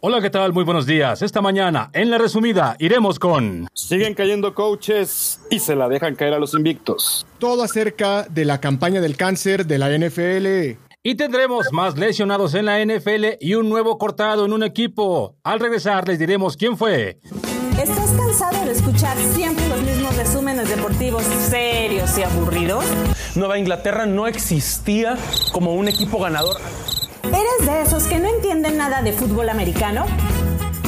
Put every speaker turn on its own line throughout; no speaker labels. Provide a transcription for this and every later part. Hola, ¿qué tal? Muy buenos días. Esta mañana, en la resumida, iremos con...
Siguen cayendo coaches y se la dejan caer a los invictos.
Todo acerca de la campaña del cáncer de la NFL.
Y tendremos más lesionados en la NFL y un nuevo cortado en un equipo. Al regresar les diremos quién fue.
¿Estás cansado de escuchar siempre los mismos resúmenes deportivos serios y aburridos?
Nueva Inglaterra no existía como un equipo ganador.
¿Eres de esos que no entienden nada de fútbol americano?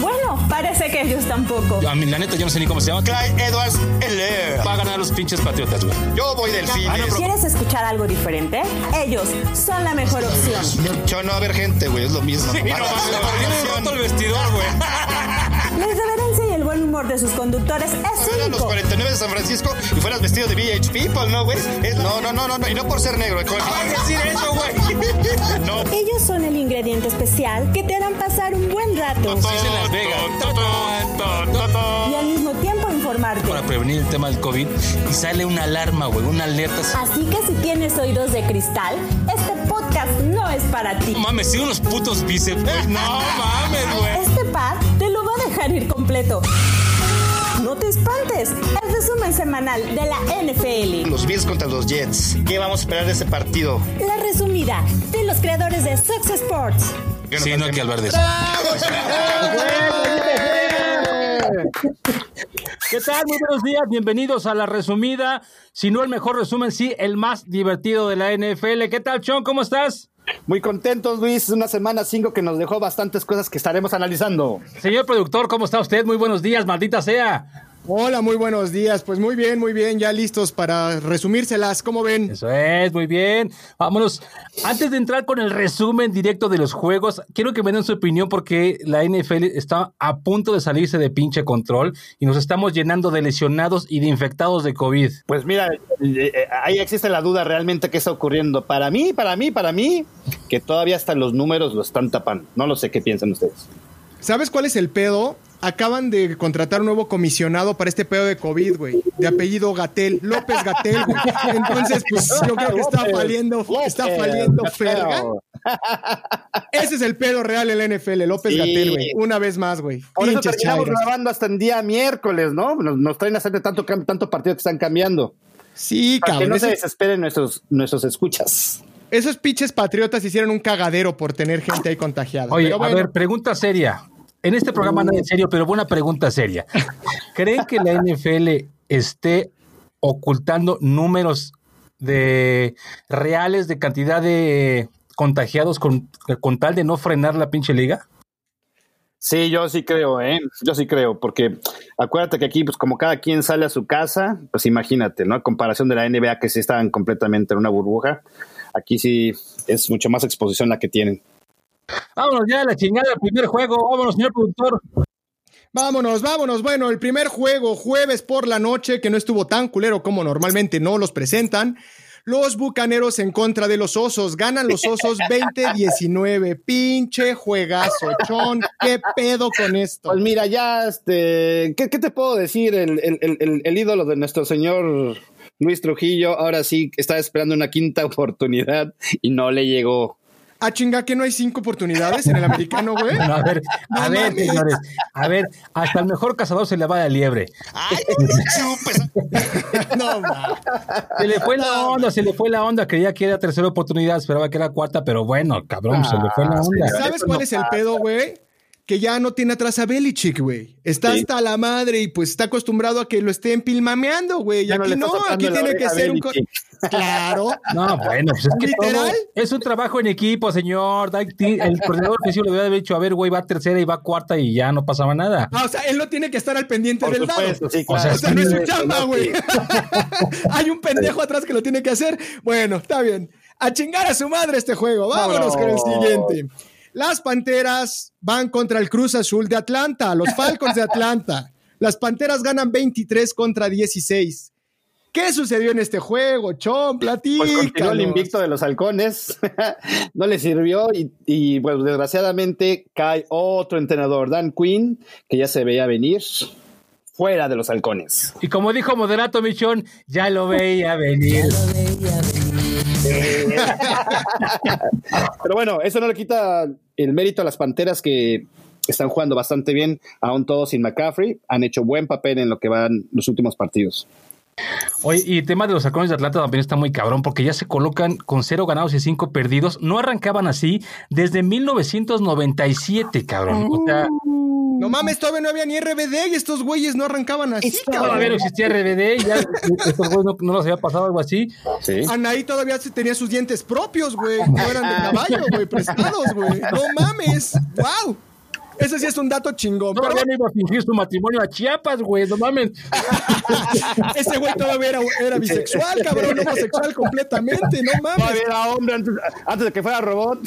Bueno, parece que ellos tampoco.
A mí, la neta, yo no sé ni cómo se llama.
Clyde Edwards Heller.
E Va a ganar los pinches patriotas, güey.
Yo voy del cine. Ah,
no, ¿Quieres escuchar algo diferente? Ellos son la mejor opción.
Yo no a ver gente, güey, es lo mismo.
Sí, no, no, no, no, el vestidor, güey.
La irreverencia y el buen humor de sus conductores es
único. los 49 de San Francisco y fueras vestido de VH People, ¿no, güey? No, no, no, no, no, y no por ser negro.
Ay, decir eso, güey?
No. Ellos son el ingrediente especial que te harán pasar un buen rato. Y al mismo tiempo informarte.
Para prevenir el tema del COVID y sale una alarma, güey, una alerta.
Así que si tienes oídos de cristal, este podcast no es para ti.
No mames, sigo los putos bíceps, güey. No mames, güey.
Este par te lo va a dejar ir completo. No te espantes, el resumen semanal de la NFL.
Los Bills contra los Jets. ¿Qué vamos a esperar de ese partido?
La resumida de los creadores de Sox Sports.
No sí, no hay que hablar de eso.
¿Qué tal? Muy buenos días, bienvenidos a la resumida, si no el mejor resumen, sí, el más divertido de la NFL. ¿Qué tal, Chon? ¿Cómo estás?
Muy contentos, Luis. Una semana cinco que nos dejó bastantes cosas que estaremos analizando.
Señor productor, ¿cómo está usted? Muy buenos días, maldita sea.
Hola, muy buenos días. Pues muy bien, muy bien, ya listos para resumírselas. ¿Cómo ven?
Eso es, muy bien. Vámonos. Antes de entrar con el resumen directo de los juegos, quiero que me den su opinión porque la NFL está a punto de salirse de pinche control y nos estamos llenando de lesionados y de infectados de COVID.
Pues mira, eh, ahí existe la duda realmente qué está ocurriendo. Para mí, para mí, para mí, que todavía hasta los números lo están tapando. No lo sé qué piensan ustedes.
¿Sabes cuál es el pedo? acaban de contratar un nuevo comisionado para este pedo de COVID, güey. De apellido Gatel, López Gatel, güey. Entonces, pues yo creo que está faliendo, está faliendo ferga. Ese es el pedo real en la NFL, López sí. Gatel, güey. Una vez más, güey.
Ahora eso terminamos grabando hasta el día miércoles, ¿no? Nos, nos traen a hacer de tanto, tanto partido que están cambiando.
Sí,
para
cabrón.
Que no se desesperen nuestros, nuestros escuchas.
Esos pinches patriotas hicieron un cagadero por tener gente ahí contagiada.
Oye, bueno, a ver, pregunta seria. En este programa nada en serio, pero buena pregunta seria. ¿Creen que la NFL esté ocultando números de reales de cantidad de contagiados con, con tal de no frenar la pinche liga?
Sí, yo sí creo, ¿eh? Yo sí creo, porque acuérdate que aquí, pues como cada quien sale a su casa, pues imagínate, ¿no? A comparación de la NBA que sí estaban completamente en una burbuja, aquí sí es mucho más exposición la que tienen.
Vámonos ya a la chingada del primer juego. Vámonos, señor productor.
Vámonos, vámonos. Bueno, el primer juego, jueves por la noche, que no estuvo tan culero como normalmente no los presentan. Los bucaneros en contra de los osos. Ganan los osos 20-19. Pinche juegazo, chon. ¿Qué pedo con esto?
Pues mira, ya, este. ¿Qué, qué te puedo decir? El, el, el, el ídolo de nuestro señor Luis Trujillo ahora sí está esperando una quinta oportunidad y no le llegó.
Ah, chinga, que no hay cinco oportunidades en el americano, güey.
No, a ver, no, a ver, mames. señores, a ver, hasta el mejor cazador se le va la liebre.
Ay, chupes.
no, ma. Se le fue la onda, se le fue la onda. Creía que era tercera oportunidad, esperaba que era cuarta, pero bueno, cabrón, ah, se le fue la onda.
¿Sabes cuál es el pedo, güey? que ya no tiene atrás a Belichick, güey. Está sí. hasta la madre y pues está acostumbrado a que lo estén pilmameando, güey. Aquí no, no aquí tiene que ser un... Claro.
No, bueno, pues es que todo es un trabajo en equipo, señor. El coordinador oficial le hubiera dicho, a ver, güey, va a tercera y va a cuarta y ya no pasaba nada.
Ah, o sea, él no tiene que estar al pendiente Por del supuesto, lado. Sí, claro. O sea, o sea no es su chamba, güey. Hay un pendejo atrás que lo tiene que hacer. Bueno, está bien. A chingar a su madre este juego. Vámonos, Vámonos. con el siguiente. Las Panteras van contra el Cruz Azul de Atlanta, los Falcons de Atlanta. Las Panteras ganan 23 contra 16. ¿Qué sucedió en este juego, Chon? Platica. Pues
continuó el invicto de los halcones. no le sirvió y, y, bueno, desgraciadamente cae otro entrenador, Dan Quinn, que ya se veía venir fuera de los halcones.
Y como dijo Moderato Michón, ya lo veía venir. Ya lo veía venir.
Pero bueno, eso no le quita el mérito a las panteras que están jugando bastante bien, aún todos sin McCaffrey, han hecho buen papel en lo que van los últimos partidos.
Oye, y el tema de los halcones de Atlanta también está muy cabrón, porque ya se colocan con cero ganados y cinco perdidos. No arrancaban así desde 1997, cabrón. O sea,
No mames, todavía no había ni RBD y estos güeyes no arrancaban así, cabrón.
todavía no existía RBD, ya eh, estos güeyes no, no nos había pasado algo así.
Sí.
Anaí todavía se- tenía sus dientes propios, güey. No eran de caballo, güey, prestados, güey. No mames. ¡Wow! Ese sí es un dato chingón. Pero
Todavía no iba a fingir su matrimonio a Chiapas, güey, no mames.
bueno, ese güey todavía era, era bisexual, cabrón, homosexual completamente. No mames.
Todavía era hombre antes, antes de que fuera robot.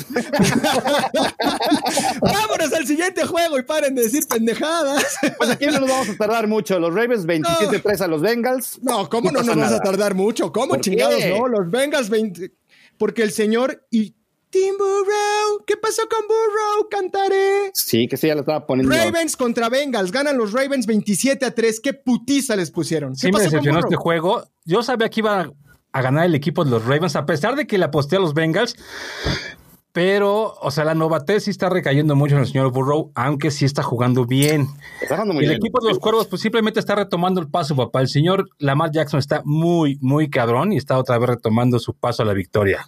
Vámonos al siguiente juego y paren de decir pendejadas.
Pues aquí no nos vamos a tardar mucho. Los Ravens 27-3 a los Bengals.
No, ¿cómo no,
pasa
nos vas a
nada.
tardar mucho? ¿Cómo
¿Por
chingados?
qué?
No, los Bengals 20. Porque el señor y Tim Burrow. ¿Qué pasó con Burrow? Cantaré.
Sí, que sí, ya lo estaba poniendo.
Ravens contra Bengals. Ganan los Ravens 27 a 3. ¿Qué putiza les pusieron? ¿Qué
Sí me
pasó con
decepcionó este
Burrow?
juego. Yo sabía que iba a, a ganar el equipo de los Ravens, a pesar de que le aposté a los Bengals. Pero, o sea, la novatez sí está recayendo mucho en el señor Burrow, aunque sí está jugando bien.
Está jugando muy
el
bien.
equipo de los Cuervos pues, simplemente está retomando el paso, papá. El señor Lamar Jackson está muy, muy cabrón y está otra vez retomando su paso a la victoria.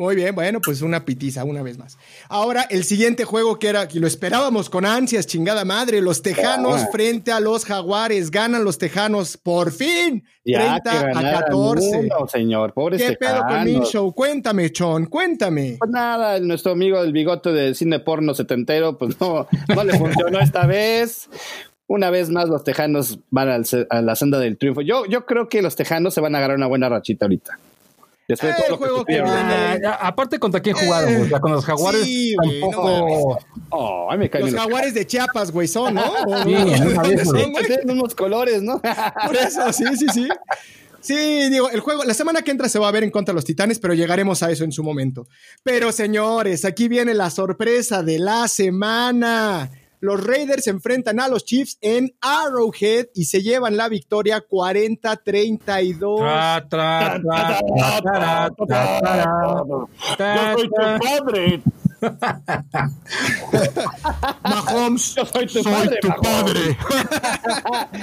Muy bien, bueno, pues una pitiza una vez más. Ahora, el siguiente juego que era, que lo esperábamos con ansias, chingada madre, los Tejanos frente a los Jaguares, ganan los Tejanos por fin,
Ya
30
ah, que
a
ganara
14.
el mundo, señor. Pobre
¿Qué pedo con Minshow? Cuéntame, Chon, cuéntame.
Pues nada, nuestro amigo del bigote de cine porno setentero, pues no, no le funcionó esta vez. Una vez más, los tejanos van al se- a la senda del triunfo. Yo, yo creo que los tejanos se van a agarrar una buena rachita ahorita. Después de
Eh,
todo lo
el juego
que supieron.
que-
Ah, ya, aparte, ¿contra quién jugaron? güey? O sea, con los Jaguares
Eh, sí, güey, no
tampoco.
Oh, ay, me caen
Los
en los-
Jaguares de Chiapas, güey, son, ¿no? ¿O
Sí,
no?
en una
¿Dónde
vez,
son,
güey.
güey?
Tienen unos colores, ¿no?
Por eso, sí, sí, sí. Sí, digo, el juego, la semana que entra se va a ver en contra de los titanes, pero llegaremos a eso en su momento. Pero señores, aquí viene la sorpresa de la semana. Los Raiders se enfrentan a los Chiefs en Arrowhead y se llevan la victoria 40-32.
Ah.
Tra, tra, tra, tra, tra, tra, tra. Ta, ta.
padre.
Mahomes,
Yo soy tu padre.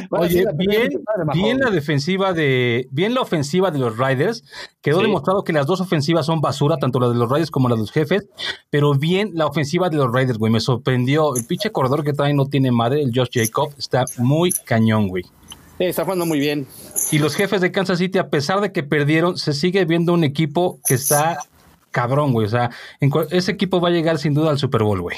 Oye, bien, bien la
de...
defensiva de, bien la ofensiva de los Riders. Quedó
Sí.
demostrado que las dos ofensivas son basura, tanto la de los Riders como la de los jefes, pero bien la ofensiva de los Riders, güey. Me sorprendió. El pinche corredor que trae no tiene madre, el Josh Jacob, está muy cañón, güey.
está jugando muy bien.
Y los jefes de Kansas City, a pesar de que perdieron, se sigue viendo un equipo que está cabrón, güey. O sea, en cual- ese equipo va a llegar sin duda al Super Bowl, güey.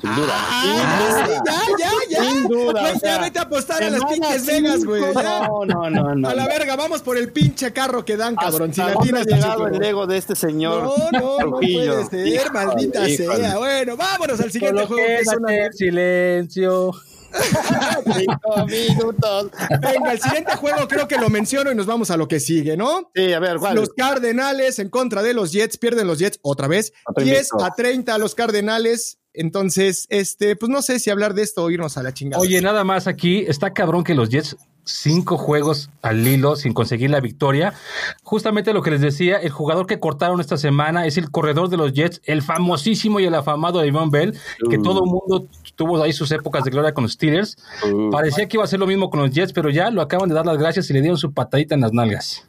Sin duda.
Ah, sí, ya, ya, ya.
Sin duda,
Güey,
o
ya
sea,
vete a apostar a
Sin
las
duda.
pinches Vegas, güey. ya.
No, no, no, no.
A la verga, vamos por el pinche carro que dan, cabrón. Si
¿Hasta
la
Ah, dónde
tienes,
ha llegado
chico.
el ego de este señor.
No, no, no
Trujillo?
puede ser,
Híjole,
maldita
híjole.
sea. Bueno, vámonos al siguiente
Solo
juego. que es una-
quédate en silencio.
Cinco minutos.
Venga, el siguiente juego creo que lo menciono y nos vamos a lo que sigue, ¿no?
Sí, a ver, Juan.
Los Cardenales en contra de los Jets, pierden los Jets otra vez.
Otro
10
invicto.
a 30 a los Cardenales. Entonces, este, pues no sé si hablar de esto o irnos a la chingada.
Oye, nada más aquí, está cabrón que los Jets cinco juegos al hilo sin conseguir la victoria. Justamente lo que les decía, el jugador que cortaron esta semana es el corredor de los Jets, el famosísimo y el afamado Iván Bell,
Uh.
que todo el mundo tuvo ahí sus épocas de gloria con los Steelers.
Uh.
Parecía que iba a ser lo mismo con los Jets, pero ya lo acaban de dar las gracias y le dieron su patadita en las nalgas.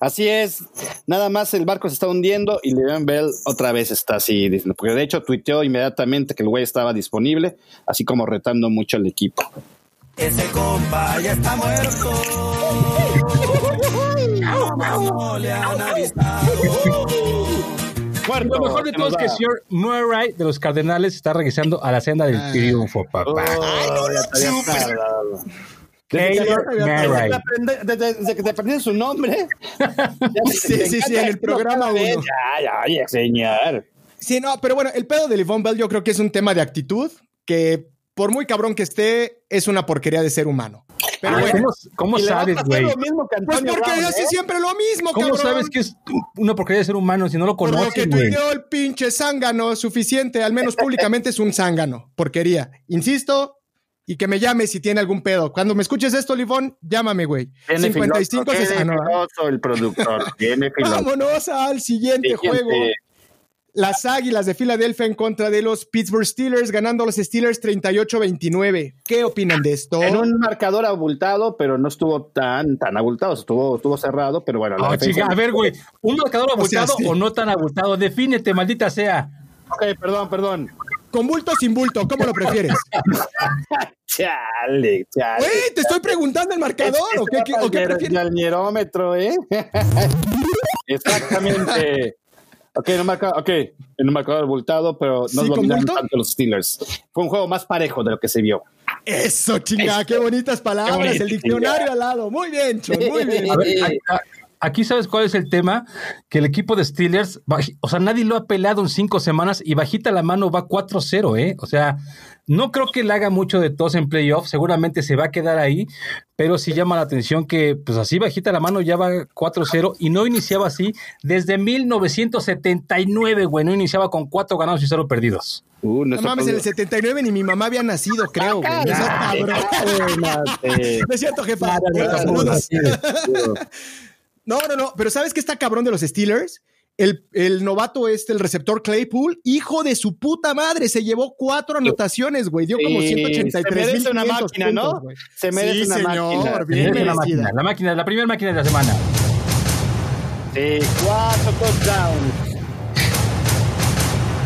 Así es. Nada más el barco se está hundiendo y Le'Veon Bell otra vez está así. diciendo- Porque de hecho tuiteó inmediatamente que el güey estaba disponible, así como retando mucho al equipo.
Ese compa ya está muerto. No le han avisado.
Muerto,
Lo mejor de
se
todo es
nos
que
va.
Sir Murray de los Cardenales está regresando a la senda del triunfo, papá.
Ay, no, Ah. Oh, ya te había
supe.
tardado.
Taylor
Desde
Murray.
que aprende- Desde desde que te aprendí su nombre. ya se-
Sí,
te
sí, sí,
encanta
en el
decirlo
programa
cada vez.
uno.
Ya, ya, ya, señor.
Sí, no, pero bueno, el pedo de Livon Bell yo creo que es un tema de actitud que por muy cabrón que esté, es una porquería de ser humano. Pero
Ah,
bueno,
¿Cómo, cómo
Y le va a
sabes,
pasar
güey?
lo mismo que
pues
Antonio
porque
Brown,
hace
¿eh?
siempre lo mismo,
¿Cómo
cabrón.
sabes que es una porquería de ser humano si no lo
Por lo que
conoces, güey?
tuiteó el pinche zángano, suficiente, al menos públicamente es un zángano, porquería. Insisto, y que me llame si tiene algún pedo. Cuando me escuches esto, Livón, llámame, güey.
Tiene
55
filoso,
se- ah, no,
tiene
¿verdad?
filoso el productor. Tiene filoso.
Vámonos al siguiente
Siguiente.
juego. Las Águilas de Filadelfia en contra de los Pittsburgh Steelers, ganando a los Steelers 38-29. ¿Qué opinan de esto?
En un marcador abultado, pero no estuvo tan, tan abultado. Estuvo, estuvo cerrado, pero bueno. la
Ah,
defensa-
chica, a ver, güey, ¿un marcador abultado o,
sí.
no tan abultado? Defínete, maldita sea.
Ok, perdón, perdón.
¿Con bulto o sin bulto? ¿Cómo lo prefieres?
Chale, chale.
Güey, te estoy preguntando el marcador.
Este
¿O qué,
va
qué-
para
o qué
el-
prefieres?
Al hierómetro, ¿eh? Exactamente. Ok, en un marcador, okay, en un marcador abultado, pero
¿Sí,
no
con
dominaron
bulto?
tanto los Steelers. Fue un juego más parejo de lo que se vio.
Eso, chinga, qué bonitas palabras.
bonito,
el diccionario
chinga.
al lado. Muy bien, Chon, muy bien.
A ver, a- a- aquí sabes cuál es el tema, que el equipo de Steelers, baji- o sea, nadie lo ha pelado en cinco semanas y bajita la mano va 4-0, ¿eh? O sea, no creo que le haga mucho de tos en playoff, seguramente se va a quedar ahí, pero sí llama la atención que pues así bajita la mano ya va 4-0 y no iniciaba así desde 1979, güey, no iniciaba con cuatro ganados y cero perdidos.
Uh,
No mames, en el 79 ni mi mamá había nacido, creo, güey. No seas
Ah,
cabrón. No es cierto, jefa. Hola, saludos. No, no, no. Pero ¿sabes qué está cabrón de los Steelers? El, el novato este, el receptor Claypool, hijo de su puta madre, se llevó cuatro anotaciones, güey. Dio como 183
Se
mil.
merece una
500
máquina, ¿no?
puntos, güey.
Se merece
Sí,
una
señor,
máquina.
Tenía
bien
que la
merecida.
máquina, la máquina, la primera máquina de la semana.
Sí, cuatro touchdowns.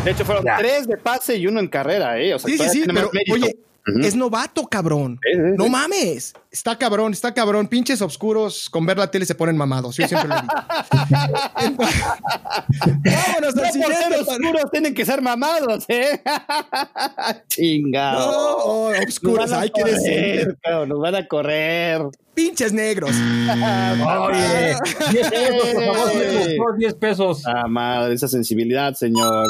De hecho, fueron tres de pase y uno en carrera, ¿eh? O sea,
Sí, sí,
todavía
sí,
tiene
pero
más mérito.
oye,
Ujú.
es novato, cabrón.
Sí, sí, sí.
No mames. Está cabrón, está cabrón. Pinches obscuros con ver la tele se ponen mamados. Yo siempre lo digo. Entonces, Vámonos
No por
al
ser
siguiente. par-
oscuros tienen que ser mamados, ¿eh?
No,
Chingado.
oh, obscuros. Ay, qué decente.
Nos van a correr.
Pinches negros.
Oye, 10 pesos, por favor,
Eh.
me costó 10 pesos.
Ah, madre, esa sensibilidad, señor.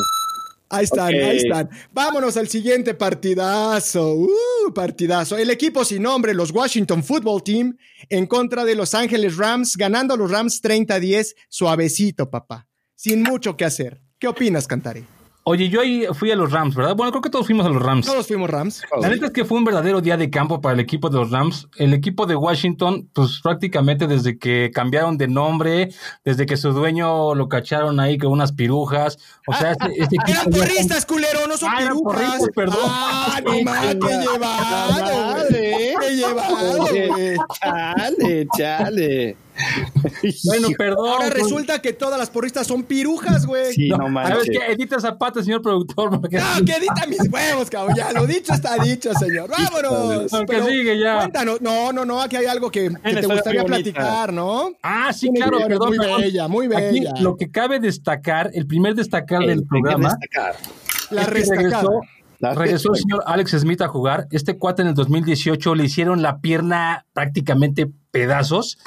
Ahí están,
Ok.
ahí están. Vámonos al siguiente partidazo. Uh, partidazo. El equipo sin nombre, los Washington Football Team, en contra de Los Ángeles Rams, ganando a los Rams 30-10, suavecito, papá. Sin mucho que hacer. ¿Qué opinas, Cantari?
Oye, yo ahí fui a los Rams, ¿verdad? Bueno, creo que todos fuimos a los Rams.
Todos fuimos Rams.
La neta es que fue un verdadero día de campo para el equipo de los Rams. El equipo de Washington, pues prácticamente desde que cambiaron de nombre, desde que su dueño lo cacharon ahí con unas pirujas. O sea, este, este equipo.
Eran
ya-
porristas, culero, no son
Ah, eran
pirujas.
porristas, perdón.
Ah, no mames, qué llevado,
Madre,
güey.
¿eh?
Qué llevado,
Oye,
güey.
chale, chale.
Bueno, perdón.
Ahora
pues.
resulta que todas las porristas son pirujas, güey.
Sí,
No,
no, manches.
¿Sabes qué? Edita Zapata, señor productor. Porque...
No, que edita mis huevos, cabrón. Ya lo dicho está dicho, señor. Vámonos.
Aunque
Pero
sigue ya.
Cuéntanos. No, no, no. Aquí hay algo que, que te
historia
gustaría
muy bonita.
platicar, ¿no?
Ah, sí,
Una
claro,
historia
perdón.
muy
perdón.
bella, muy
Aquí
bella.
lo que cabe destacar, el primer destacar
El
del
primer
programa.
destacar.
La
es que
restacada.
regresó,
La
regresó el
restacada.
señor Alex Smith a jugar. Este cuate en el 2018 le hicieron la pierna prácticamente pedazos.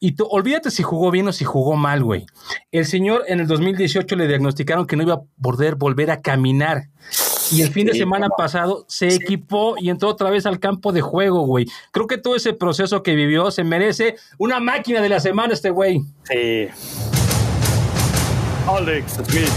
Y tú, olvídate si jugó bien o si jugó mal, güey. El señor en el 2018 le diagnosticaron que no iba a poder volver a caminar. Y el fin de
Sí,
semana
mamá.
pasado se equipó y entró otra vez al campo de juego, güey. Creo que todo ese proceso que vivió se merece una máquina de la semana este güey.
Sí. Alex Smith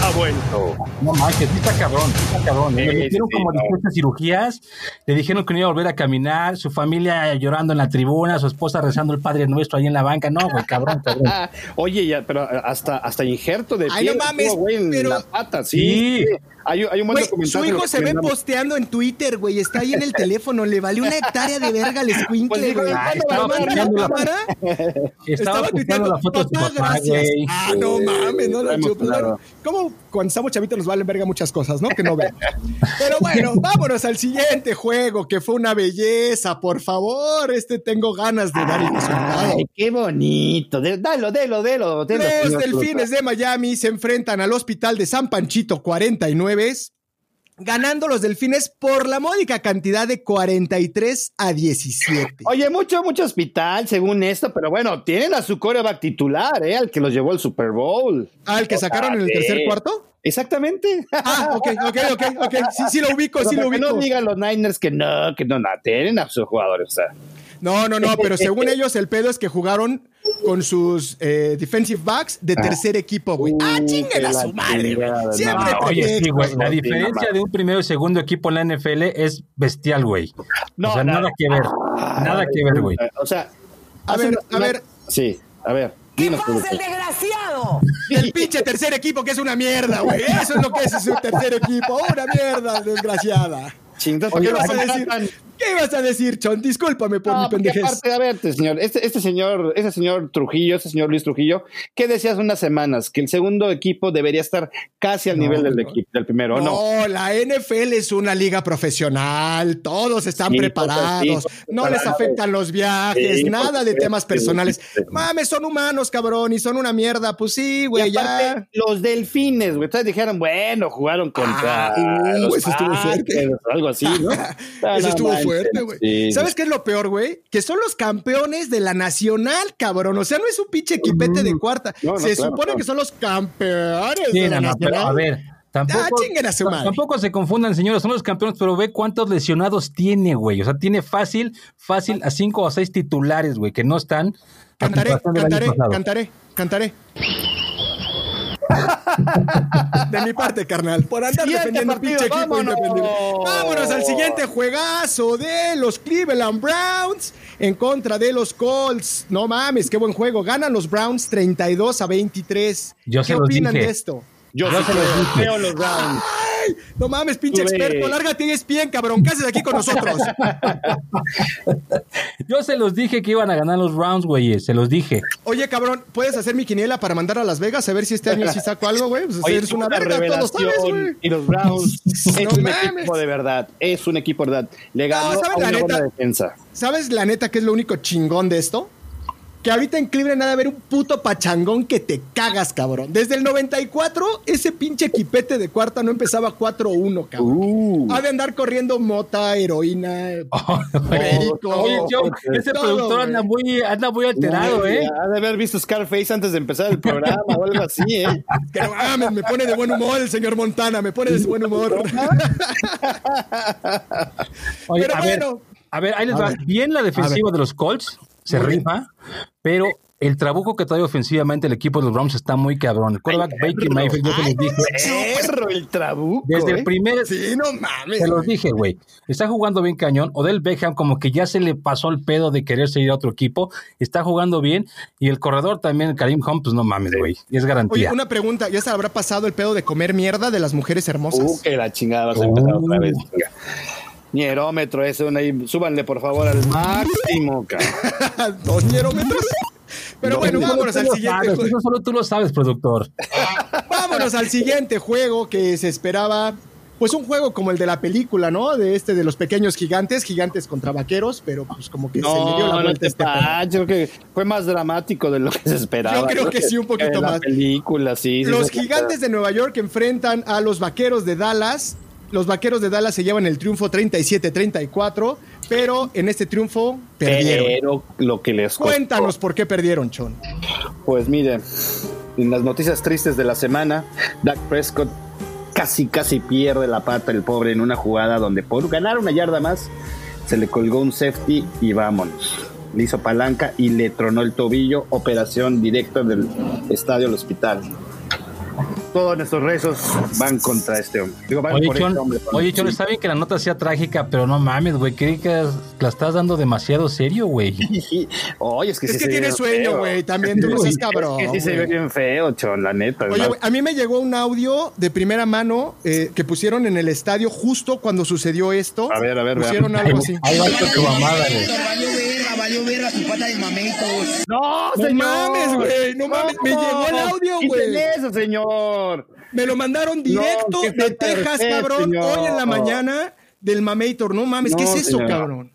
ha vuelto.
No manches, sí está cabrón, sí está cabrón. Le
Sí, sí,
metieron
sí,
como
no.
18 cirugías, le dijeron que no iba a volver a caminar, su familia llorando en la tribuna, su esposa rezando el Padre Nuestro ahí en la banca. No, güey, cabrón, cabrón.
Ah, oye, ya, pero hasta, hasta injerto de
Ay,
piel
no mames,
tuvo, güey, en
pero-
la pata,
Sí.
sí. sí. Hay, hay un buen
Güey,
documental.
su
que
hijo
lo
se ve
recomendamos.
posteando en Twitter, güey. Está ahí en el teléfono. Le valió una hectárea de verga al
Pues
escuincle,
dijo,
güey.
"Ay,
estaba
¿Lo mandan a
posteando la-
cámara?
Estaba buscando la foto de su
"Papá,
papá,
gracias".
güey.
Ah, no mames, no
Está
lo
emocionado.
chuparon. ¿Cómo cuando estamos chavitos nos valen verga muchas cosas, no? Que no vemos. Pero bueno, vámonos al siguiente juego, que fue una belleza, por favor. Este tengo ganas de dar el resultado.
Ay, qué bonito. De- Dalo, delo, delo, delo.
Los
señor
delfines
productor.
de Miami se enfrentan al hospital de San Panchito 49, ganando los delfines por la módica cantidad de 43 a 17.
Oye, mucho, mucho hospital, según esto, pero bueno, tienen a su coreback titular, ¿eh? Al que los llevó al Super Bowl.
Al que sacaron en el tercer
Órale.
cuarto.
Exactamente.
Ah, ok, ok, ok, ok. Sí, sí lo ubico, sí
Pero
lo
que no
ubico.
digan los Niners que no, que no, no, tienen a sus jugadores, o sea.
No, no, no, pero según ellos el pedo es que jugaron con sus eh, defensive backs de tercer equipo, güey.
Ah. Uh,
ah,
que
chinguen a
la
su madre, güey.
chingada,
Siempre
no.
Ah, Oye, sí, güey, la
Sí,
diferencia
mamá.
de un primero y segundo equipo en la NFL es bestial, güey.
No,
o sea,
nada.
nada que ver, nada que ver, güey.
O sea,
A
hace
ver,
una-
a ver.
Sí, a ver.
¿Qué
Dinos,
pasa, el
productor.
desgraciado?
Del pinche tercer equipo, que es una mierda, güey. Eso es lo que es su tercer equipo. Una mierda, desgraciada.
Chingados, ¿por
¿Qué
qué lo
ibas a decir?
contratan?
¿Qué ibas a decir, Chon? Discúlpame por mi
No, porque
pendejez.
aparte, a ver, señor, este, este señor, ese señor Trujillo, ese señor Luis Trujillo, ¿qué decía hace unas semanas? Que el segundo equipo debería estar casi al nivel del, equipo, del primero, ¿o no?
No, la NFL es una liga profesional, todos están
Sí,
preparados,
todos, sí,
no les
preparados.
afectan los viajes,
Sí,
nada de
porque-
temas personales.
sí, sí.
Mames, son humanos, cabrón, y son una mierda, pues sí, güey,
Y aparte,
ya.
los delfines, güey. Ustedes dijeron, bueno, jugaron contra.
Ah, uh,
los
eso estuvo fuerte.
Packers o Algo así, ¿no? Ah,
Eso
no
estuvo
manches,
fuerte, güey.
sí.
¿Sabes qué es lo peor, güey? Que son los campeones de la nacional, cabrón. O sea, no es un pinche equipete de cuarta.
No, no,
Se
claro,
supone
claro.
que son los campeones
Sí,
de la
no, no, pero
nacional.
a ver, tampoco,
Ah, chinguen a su madre.
tampoco se confundan, señores, son los campeones, pero ve cuántos lesionados tiene, güey. O sea, tiene fácil, fácil a cinco o seis titulares, güey, que no están. a
Cantaré,
comparación del año
cantaré,
pasado.
cantaré, cantaré. De mi parte, carnal. Por andar
Siguiente
defendiendo al
partido,
pinche equipo
vámonos.
independiente. Vámonos al siguiente juegazo de los Cleveland Browns en contra de los Colts. No mames, qué buen juego. Ganan los Browns 32 a 23.
Yo
¿Qué
se los
opinan
dije.
de esto?
Yo, sí creo, creo los Browns.
Ay, no mames, pinche
Tuve-
experto. Lárgate y es bien, cabrón. ¿Qué haces aquí con nosotros?
Yo se los dije que iban a ganar los rounds, güey, eh, se los dije.
Oye, cabrón, ¿puedes hacer mi quiniela para mandar a Las Vegas a ver si este año sí saco algo, güey? Pues
Oye,
eres una verga, todo lo
revelación.
sabes, güey.
y los Browns es
No
un
mames.
equipo de verdad. Es un equipo de verdad. Le ganó
¿saben
a
la
una
neta?
buena defensa.
¿Sabes la neta que es lo único chingón de esto? Que ahorita en Cleveland ha de haber un puto pachangón que te cagas, cabrón. Desde el 94, ese pinche equipete de cuarta no empezaba 4-1, cabrón.
Uh.
Ha de andar corriendo mota, heroína, perico.
Oye, yo, ese
todo,
productor anda
güey.
muy, anda muy alterado,
Uy,
¿eh?
Ha de haber visto Scarface antes de empezar el programa o algo así, ¿eh?
Que no mames, ah, me pone de buen humor el señor Montana, me pone de buen humor.
Oye,
Pero
a, ver,
bueno.
a ver, ahí les va. Bien la defensiva de los Colts, se rifa, pero el trabuco que trae ofensivamente el equipo de los Browns está muy cabrón. El quarterback Baker Mayfield, yo se los dije.
Perro, el trabuco.
Desde el
¿eh?
primer,
Sí, no mames.
se los dije, güey. Está jugando bien cañón. Odell Beckham como que ya se le pasó el pedo de quererse ir a otro equipo. Está jugando bien. Y el corredor también, Karim Hunt, pues no mames, güey. Es
Oye,
garantía.
una pregunta, ¿ya se habrá pasado el pedo de comer mierda de las mujeres hermosas?
Uh, que la chingada vas a empezar
Uh.
otra vez. chinga. Nierómetro, eso, una, y súbanle por favor al máximo, cabrón.
Dos hierómetros. Pero bueno,
Eso
vámonos
tú
al
lo
siguiente
sabes,
juego.
Eso solo tú lo sabes, productor.
Vámonos al siguiente juego que se esperaba. Pues un juego como el de la película, ¿no? De este de los pequeños gigantes, gigantes contra vaqueros, pero pues como que se le
No,
dio la
no
vuelta a
te
este pedo.
pases, yo creo que fue más dramático de lo que se esperaba.
Yo creo que sí, un poquito
En la
más.
película, sí. sí,
Los
sí.
gigantes de Nueva York enfrentan a los vaqueros de Dallas. Los vaqueros de Dallas se llevan el triunfo 37-34, pero en este triunfo perdieron.
Pero lo que les costó.
Cuéntanos por qué perdieron, Chon.
Pues mire, en las noticias tristes de la semana, Dak Prescott casi, casi pierde la pata el pobre en una jugada donde por ganar una yarda más se le colgó un safety y vámonos. Le hizo palanca y le tronó el tobillo, operación directa del estadio al hospital. Todos nuestros rezos van contra este hombre. Digo, van
Oye,
por
Chon,
este hombre, perdón.
oye, Chon,
Sí.
está bien que la nota sea trágica, pero no mames, güey. Creo que la estás dando demasiado serio, güey.
Oye, es que,
Es
sí
que
se
tiene
ve
sueño,
feo.
güey, también, tú no seas
Es
cabrón,
que sí se ve
güey.
bien feo, chon, la neta.
Oye,
¿no?
güey, a mí me llegó un audio de primera mano eh, que pusieron en el estadio justo cuando sucedió esto.
A ver, a ver,
Pusieron
veamos.
algo así.
Ahí va con tu mamada, güey.
No,
No
señor.
mames, güey, no mames, me llegó el audio, güey.
Quiten eso, señor.
Me lo mandaron directo
No, qué
de
falta de
Texas,
respeto,
cabrón,
señor.
hoy en la mañana del Mameitor. No mames, ¿qué
No,
es eso,
señor.
cabrón?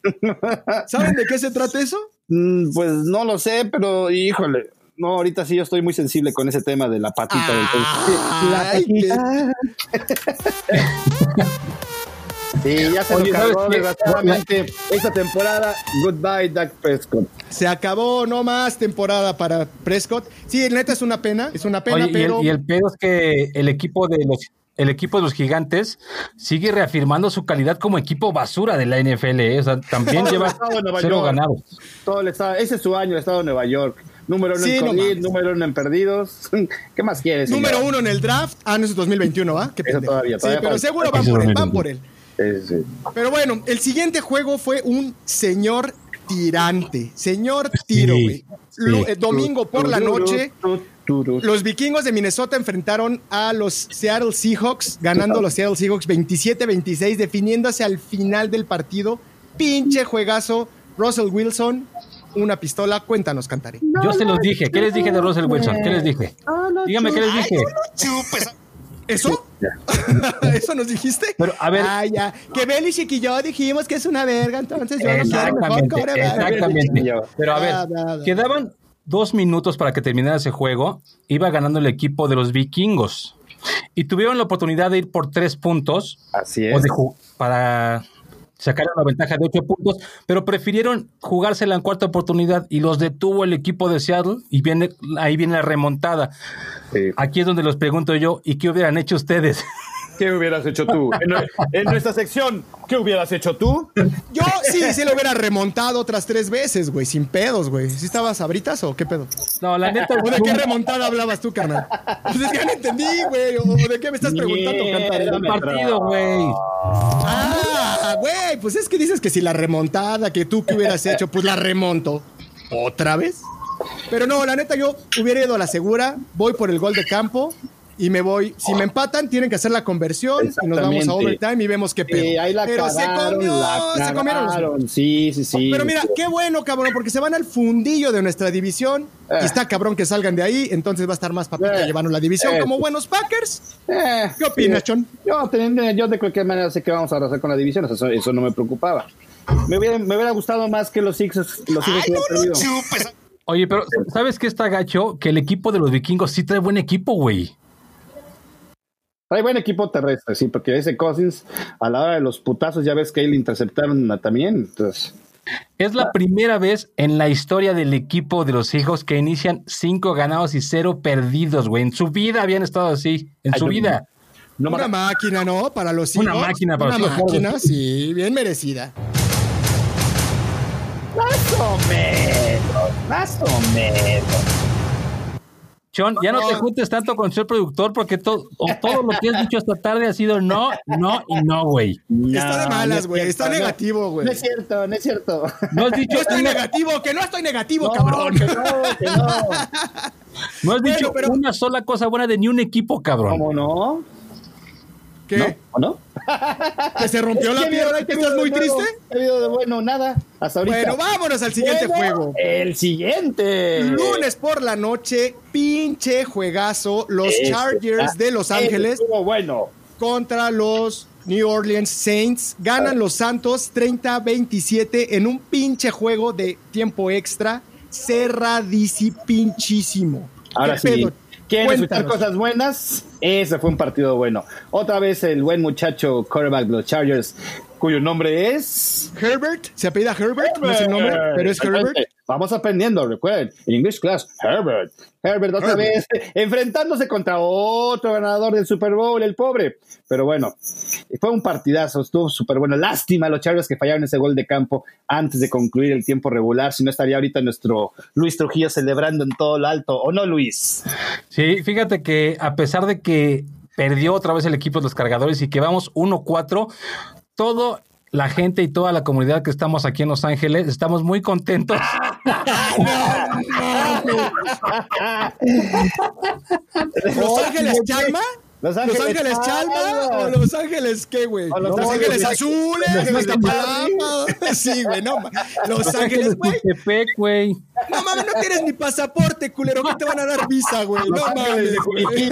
¿Saben de qué se trata eso?
Mm, Pues no lo sé, pero híjole. No, ahorita sí yo estoy muy sensible con ese tema de la patita del
Ay, qué-
Sí, ya se
Oye,
lo
¿sabes
cargó,
qué?
desgraciadamente. Esta temporada, goodbye, Dak Prescott.
Se acabó, no más temporada para Prescott. Sí, neta es una pena, es una pena,
Oye, y,
pero
el, y el pedo es que el equipo de los el equipo de los gigantes sigue reafirmando su calidad como equipo basura de la NFL. ¿eh? O sea, también lleva
Todo Nueva
cero
York.
ganados.
Todo el estado, ese es su año, el estado de Nueva York. Número uno
Sí,
en
no
COVID,
mames.
número uno en perdidos. ¿Qué más quieres? señor?
número uno en el draft. Ah, no, es 2021, ¿ah? Qué
Eso
pendejo.
todavía, todavía
sí, pero
falta.
seguro van por él, van por él.
Sí, sí.
Pero bueno, el siguiente juego fue un señor tirante, señor tiro,
Sí.
güey. lu- eh, domingo por la noche, los vikingos de Minnesota enfrentaron a los Seattle Seahawks, ganando los Seattle Seahawks 27-26, definiéndose al final del partido. Pinche juegazo. Russell Wilson, una pistola. Cuéntanos, cantaré.
Yo se los dije. ¿Qué les dije de Russell Wilson? ¿Qué les dije? Dígame, ¿qué les dije?
Chupes.
¿Eso? ¿Eso nos dijiste?
Pero, a ver.
Ah, ya. Que Belichick y yo dijimos que es una verga, entonces yo no quiero mejor
Exactamente,
coreback.
exactamente. Pero a
Bla, bla, bla.
ver, quedaban dos minutos para que terminara ese juego. Iba ganando el equipo de los vikingos. Y tuvieron la oportunidad de ir por tres puntos.
Así
o
es.
de ju- para sacar una ventaja de ocho puntos, pero prefirieron jugársela en cuarta oportunidad y los detuvo el equipo de Seattle y viene, ahí viene la remontada.
Sí.
Aquí es donde los pregunto yo, ¿y qué hubieran hecho ustedes?
¿Qué hubieras hecho tú? En, en nuestra sección, ¿qué hubieras hecho tú?
Yo sí, sí lo hubiera remontado otras tres veces, güey, sin pedos, güey. ¿Sí estabas abritas o qué pedo?
No, la neta,
¿O de qué
un
remontada hablabas tú, carnal? Pues es que ya no entendí, güey. ¿O de qué me estás preguntando, cantaré?
partido, güey.
Ah, güey, pues es que dices que si la remontada que tú que hubieras hecho, pues la remonto. ¿Otra vez? Pero no, la neta, yo hubiera ido a la segura, voy por el gol de campo y me voy. Si me empatan, tienen que hacer la conversión y nos vamos
Exactamente.
a overtime y vemos qué pedo.
Sí, ahí la
Pero se
cagaron,
comió,
la
se comieron los
cagaron. Sí, sí, sí.
Pero mira, qué bueno, cabrón, porque se van al fundillo de nuestra división y está cabrón que salgan de ahí, entonces va a estar más papita
Eh,
llevarnos la división
eh.
como buenos Packers.
Eh,
¿Qué opinas,
sí.
Chon?
Yo, teniendo- yo de cualquier manera sé que vamos a arrasar con la división, eso, eso no me preocupaba. Me hubiera, me hubiera gustado más que los Sixers los Sixers hubieran perdido.
Chupes.
Oye, pero
Este
¿sabes qué está gacho? Que el equipo de los vikingos sí trae buen equipo, güey.
Hay buen equipo terrestre, sí, porque ese Cousins, a la hora de los putazos, ya ves que ahí le interceptaron a- también. Entonces,
Es la primera vez en la historia del equipo de los hijos que inician cinco ganados y cero perdidos, güey. En su vida habían estado así, en
Ay,
su
no,
vida.
no
Una
más.
máquina, ¿no? Para los
Una
Seahawks.
máquina para
Una
los Seahawks.
máquina, sí, bien merecida.
Chon, ya no te juntes tanto con ser productor porque to- o todo lo que has dicho esta tarde ha sido no, no y no, güey.
está de malas, güey. está negativo, güey.
No es cierto, no es cierto.
No has dicho,
Yo estoy
una,
negativo, que no estoy negativo,
No,
cabrón.
que no, que no.
no has dicho
Bueno, pero-
una sola cosa buena de ni un equipo, cabrón.
¿Cómo no?
¿Qué?
¿O no?
¿Que se rompió la
¿Qué ha habido-
pierna y
qué
que
ha
estás
habido
muy
de nuevo?
triste?
¿Qué ha habido de bueno? Nada, hasta ahorita.
Bueno, vámonos al siguiente
Bueno, Eh.
juego.
El siguiente.
Lunes por la noche, pinche juegazo, los
Este,
Chargers
ah,
de Los
este
Ángeles
estuvo bueno.
contra los New Orleans Saints. Ganan los Santos 30-27 en un pinche juego de tiempo extra. Cerradicipinchísimo.
Ahora
¿Qué
sí.
pedo?
¿Quieren escuchar
Cuéntanos.
cosas buenas? Ese fue un partido bueno. Otra vez el buen muchacho quarterback de los Chargers, cuyo nombre es.
Herbert, se apellida Herbert, no es el nombre, pero es Herbert.
Exactamente. Vamos aprendiendo, recuerden. En English Class, Herbert. Herbert otra vez enfrentándose contra otro ganador del Super Bowl, el pobre. Pero bueno, fue un partidazo, estuvo súper bueno. Lástima a los Chargers que fallaron ese gol de campo antes de concluir el tiempo regular. Si no estaría ahorita nuestro Luis Trujillo celebrando en todo lo alto. ¿O no, Luis?
Sí, fíjate que a pesar de que perdió otra vez el equipo de los cargadores y que vamos 1-4, toda la gente y toda la comunidad que estamos aquí en Los Ángeles estamos muy contentos.
¿Los Ángeles Chalma?
Los
¿Los
Ángeles
Ángeles, Chalma?
Chalma.
¿O Los Ángeles qué, güey?
O Los
Los,
Ángeles
Ángeles
Azules,
Azules,
Los
los
Ángeles
Sí, güey, no. ma- Los
Los Ángeles,
Ángeles, güey.
Tultepec, güey.
No mames, no tienes ni pasaporte, culero. ¿Qué te van a dar visa, güey? No mames. güey.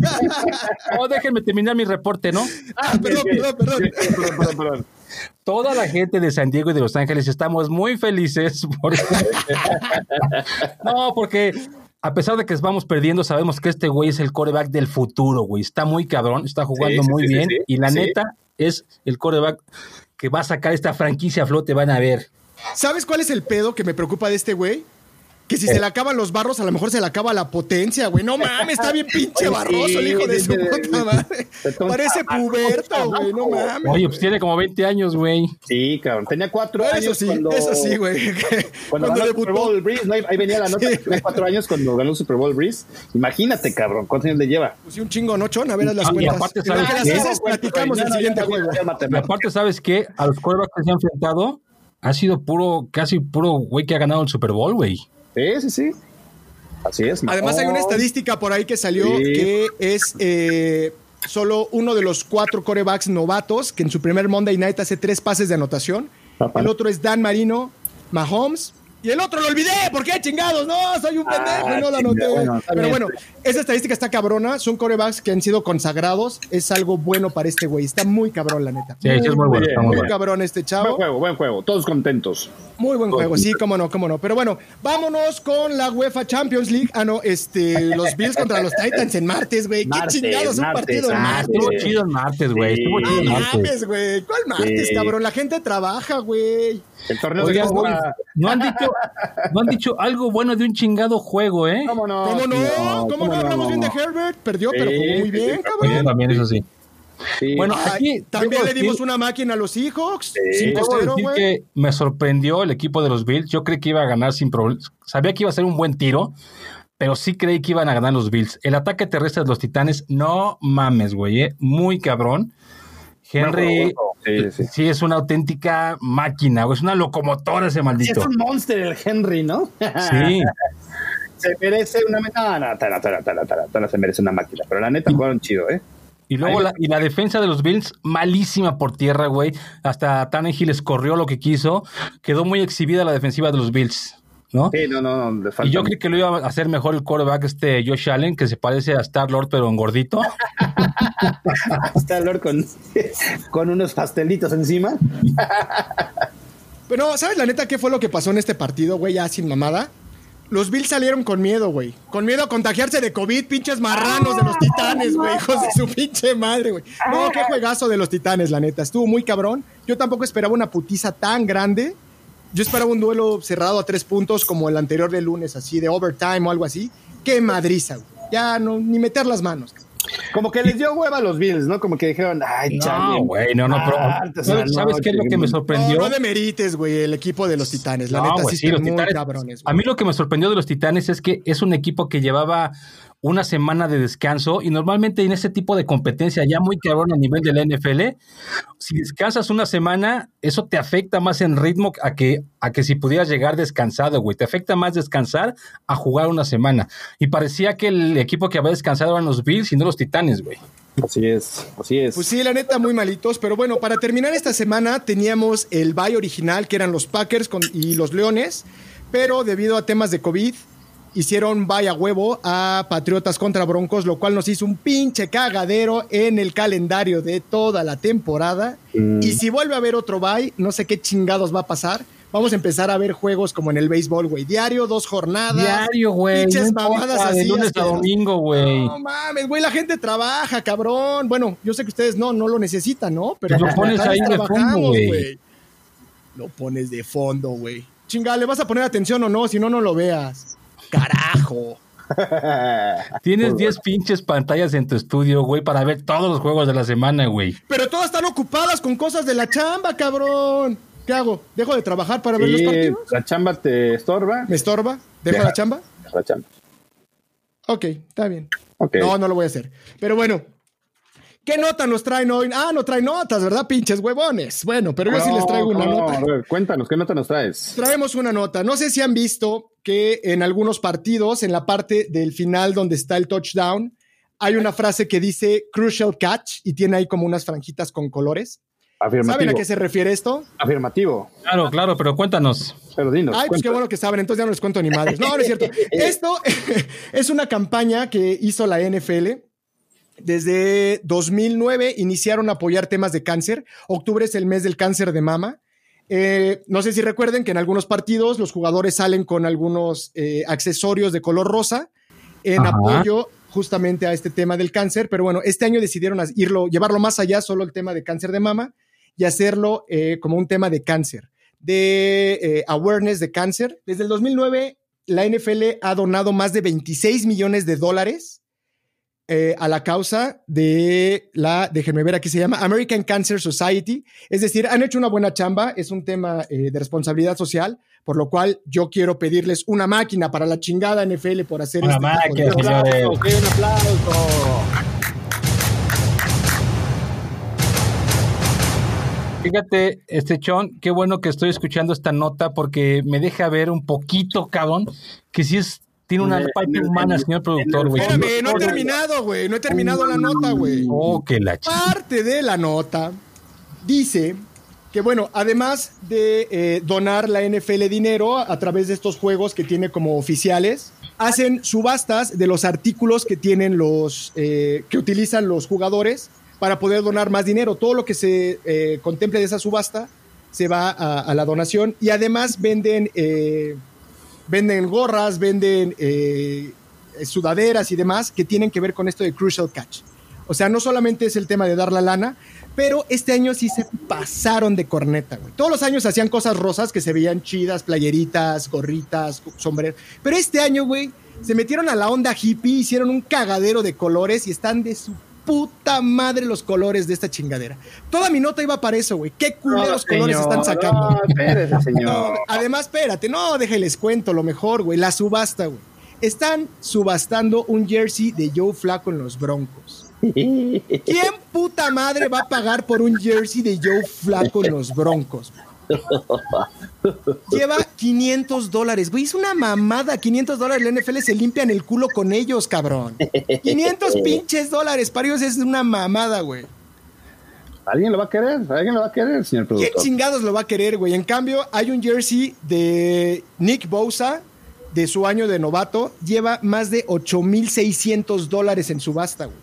Oh, déjenme terminar mi reporte, ¿no?
Ah, perdón, perdón, perdón.
Toda la gente de San Diego y de Los Ángeles estamos muy felices porque... No, porque a pesar de que vamos perdiendo, sabemos que este güey es el coreback del futuro, güey. Está muy cabrón, está jugando
Sí, sí,
muy
sí, sí,
bien
sí.
y la
Sí.
neta es el coreback que va a sacar esta franquicia a flote, van a ver.
¿Sabes cuál es el pedo que me preocupa de este güey? Que
Eh.
si se le acaban los barros, a lo mejor se le acaba la potencia, güey. No mames, está bien pinche
Oye,
barroso
sí,
el hijo de su
dice,
puta madre.
está un
Parece
chamaco,
puberto, güey. No mames.
Oye, pues tiene como 20 años, güey.
Sí, cabrón. Tenía cuatro años.
Eso sí,
cuando-
eso sí, güey.
Cuando,
Cuando,
ganó el Super
debutó.
Bowl Breeze, ¿no? ahí, ahí venía la nota
Sí.
que tenía cuatro años cuando ganó el Super Bowl Breeze. Imagínate, cabrón, ¿cuántos años le lleva?
Pues sí, un chingo, ¿no, Chon? A ver, haz las
Ah, y
cuentas.
aparte,
En lo
¿sabes
que las
qué?
haces, platicamos el siguiente juego.
Y aparte, ¿sabes qué? A los corebacks que se han enfrentado ha sido puro, casi puro güey que ha ganado el Super Bowl, güey.
Sí, sí, sí. Así es. Oh,
Además, hay una estadística por ahí que salió
Sí.
que es eh, solo uno de los cuatro corebacks novatos que en su primer Monday Night hace tres pases de anotación.
Papá.
El otro es Dan Marino, Mahomes. Y el otro lo olvidé, ¿por qué chingados? No, soy un pendejo,
Ah,
no
chinga,
lo anoté.
bueno, está
Pero
bien.
bueno, esa estadística está cabrona. Son corebacks que han sido consagrados. Es algo bueno para este güey. Está muy cabrón, la neta.
Sí, sí, es muy bueno.
bien,
está muy
Muy
bueno.
cabrón este
Buen
chavo.
juego, buen juego. Todos contentos.
Muy buen juego, sí, cómo no, cómo no. Pero bueno, vámonos con la UEFA Champions League. Ah, no, este, los Bills contra los Titans en martes, güey. Qué
Martes,
chingados un
martes,
partido en
Ah,
martes.
martes.
estuvo chido el martes, güey. Estuvo
Sí.
chido el
No
martes.
mames, güey. ¿Cuál martes,
Sí.
cabrón? La gente trabaja, güey.
El torneo
Oigan,
de
güey,
Copa-
no han dicho, no han dicho algo bueno de un chingado juego, ¿eh?
¿Cómo no?
¿Cómo no? ¿Cómo, no hablamos bien de
no?
Herbert? Perdió, pero
Sí,
jugó muy
sí,
bien,
sí,
Oye,
cabrón.
también eso sí.
Sí.
Bueno,
Ay,
aquí
también
debo
le dimos
decir-
una máquina a los Seahawks.
Sí,
Debo
5-0,
decir
güey.
que me sorprendió el equipo de los Bills. Yo creí que iba a ganar sin problemas. Sabía que iba a ser un buen tiro, pero sí creí que iban a ganar los Bills. El ataque terrestre de los Titanes, no mames, güey, eh, muy cabrón. Henry
Buen juego, buen juego. Sí,
sí,
sí.
es una auténtica máquina, güey, es una locomotora ese
Sí, es
maldito.
un monster el Henry, ¿no?
Sí,
Se merece una máquina. No, no, tala, tala, tala, tala, tala, se merece una máquina. Pero la neta jugaron chido, ¿eh?
y luego
Ahí-
la, y la defensa de los Bills, malísima por tierra, güey. Hasta Tannehill les corrió lo que quiso. Quedó muy exhibida la defensiva de los Bills, ¿no?
Sí, no, no, no. le falta
Y yo creo que lo iba a hacer mejor el quarterback este Josh Allen, que se parece a Star Lord, pero en gordito.
Está el Lord con, con unos pastelitos encima.
Pero, ¿sabes la neta qué fue lo que pasó en este partido, güey? Ya sin mamada. Los Bills salieron con miedo, güey. Con miedo a contagiarse de COVID, pinches marranos de los titanes, güey. Hijos de su pinche madre, güey. No, qué juegazo de los titanes, la neta. Estuvo muy cabrón. Yo tampoco esperaba una putiza tan grande. Yo esperaba un duelo cerrado a tres puntos como el anterior del lunes, así, de overtime o algo así. Qué madriza, güey. Ya no, ni meter las manos.
Como que les dio hueva a los Bills, ¿no? Como que dijeron, ay, chale.
No, güey, no, no, pero
Ah, antes de la
¿sabes qué es lo que me
noche.
sorprendió?
No, no demerites, güey, el equipo de los titanes. La
No,
neta,
güey, sí,
sí,
los
están muy
Titanes-
cabrones.
A
güey.
mí lo que me sorprendió de los Titanes es que es un equipo que llevaba una semana de descanso y normalmente en este tipo de competencia ya muy cabrón a nivel de la NFL, si descansas una semana, eso te afecta más en ritmo a que, a que si pudieras llegar descansado, güey. Te afecta más descansar a jugar una semana. Y parecía que el equipo que había descansado eran los Bills y no los Titanes, güey.
Así es, así es.
Pues sí, la neta, muy malitos. Pero bueno, para terminar esta semana teníamos el bye original, que eran los Packers con- y los Leones. Pero debido a temas de COVID, hicieron bye a huevo a Patriotas contra Broncos, lo cual nos hizo un pinche cagadero en el calendario de toda la temporada. Y si vuelve a haber otro bye, no sé qué chingados va a pasar. Vamos a empezar a ver juegos como en el béisbol, güey. Diario, dos jornadas.
Diario, güey.
Pinches
no
mamadas
importa, de
así,
lunes a
asquerosas.
domingo, güey.
No mames, güey, la gente trabaja, cabrón. Bueno, yo sé que ustedes no, no lo necesitan, ¿no? Pero
Pues lo
los
pones
locales
ahí de
trabajamos,
fondo, güey.
Lo pones de fondo, güey. Chinga, ¿le vas a poner atención o no? Si no, no lo veas. Carajo.
Ah,
Tienes 10 pinches pantallas en tu estudio, güey, para ver todos los juegos de la semana, güey.
Pero todas están ocupadas con cosas de la chamba, cabrón. ¿Qué hago? ¿Dejo de trabajar para ver los
Sí,
partidos?
la chamba te estorba.
¿Me estorba? ¿Dejo
Deja.
la chamba?
La chamba.
Ok, está bien.
Ok.
No, no lo voy a hacer. Pero bueno. ¿Qué nota nos traen hoy? Ah, no traen notas, ¿verdad? Pinches huevones. Bueno, pero yo sí les traigo una
No,
nota.
a ver, cuéntanos, ¿qué nota nos traes?
Traemos una nota. No sé si han visto que en algunos partidos, en la parte del final donde está el touchdown, hay una frase que dice crucial catch y tiene ahí como unas franjitas con colores. ¿Saben
Afirmativo.
a qué se refiere esto?
Afirmativo.
Claro, claro, pero cuéntanos.
Pero dinos.
Ay, pues qué
cuéntanos.
bueno que saben, entonces ya no les cuento ni madres. No, no es cierto. Esto es una campaña que hizo la NFL. Desde 2009 iniciaron a apoyar temas de cáncer. Octubre es el mes del cáncer de mama. Eh, no sé si recuerden que en algunos partidos los jugadores salen con algunos eh, accesorios de color rosa en
Ajá.
apoyo justamente a este tema del cáncer. Pero bueno, este año decidieron as- irlo, llevarlo más allá, solo el tema de cáncer de mama y hacerlo eh, como un tema de cáncer, de eh, awareness de cáncer. Desde el 2009, la NFL ha donado más de 26 millones de dólares eh, a la causa de la, déjenme ver aquí se llama American Cancer Society. Es decir, han hecho una buena chamba, es un tema eh, de responsabilidad social, por lo cual yo quiero pedirles una máquina para la chingada NFL por hacer este
Una
tipo de
máquina,
cosas.
señores.
Ok, un aplauso.
Fíjate, este Chon, qué bueno que estoy escuchando esta nota porque me deja ver un poquito, cabrón, que sí es, tiene una
En el-
parte
en el-
humana,
en el-
señor productor,
en el-
güey.
Espérame, no he terminado, güey. No he terminado la nota, güey.
Oh, que la ch...
Parte de la nota dice que, bueno, además de eh, donar la NFL dinero a través de estos juegos que tiene como oficiales, hacen subastas de los artículos que tienen los eh, que utilizan los jugadores para poder donar más dinero. Todo lo que se eh, contemple de esa subasta se va a, a la donación y además venden eh, venden gorras, venden eh, sudaderas y demás que tienen que ver con esto de Crucial Catch. O sea, no solamente es el tema de dar la lana, pero este año sí se pasaron de corneta, güey. Todos los años hacían cosas rosas que se veían chidas, playeritas, gorritas, sombreros. Pero este año, güey, se metieron a la onda hippie, hicieron un cagadero de colores y están de su puta madre los colores de esta chingadera. Toda mi nota iba para eso, güey. Qué culeros colores están sacando.
No, espérese,
No,
señor.
además, espérate, no, déjenles cuento lo mejor, güey, la subasta, güey. Están subastando un jersey de Joe Flaco en los Broncos. ¿Quién puta madre va a pagar por un jersey de Joe Flaco en los Broncos? Lleva 500 dólares, güey. Es una mamada. 500 dólares. La NFL se limpian el culo con ellos, cabrón. 500 pinches dólares. Para ellos es una mamada, güey.
¿Alguien lo va a querer? ¿Alguien lo va a querer, señor
¿Quién
productor?
chingados lo va a querer, güey? En cambio, hay un jersey de Nick Bosa de su año de novato. Lleva más de 8,600 dólares en subasta, güey.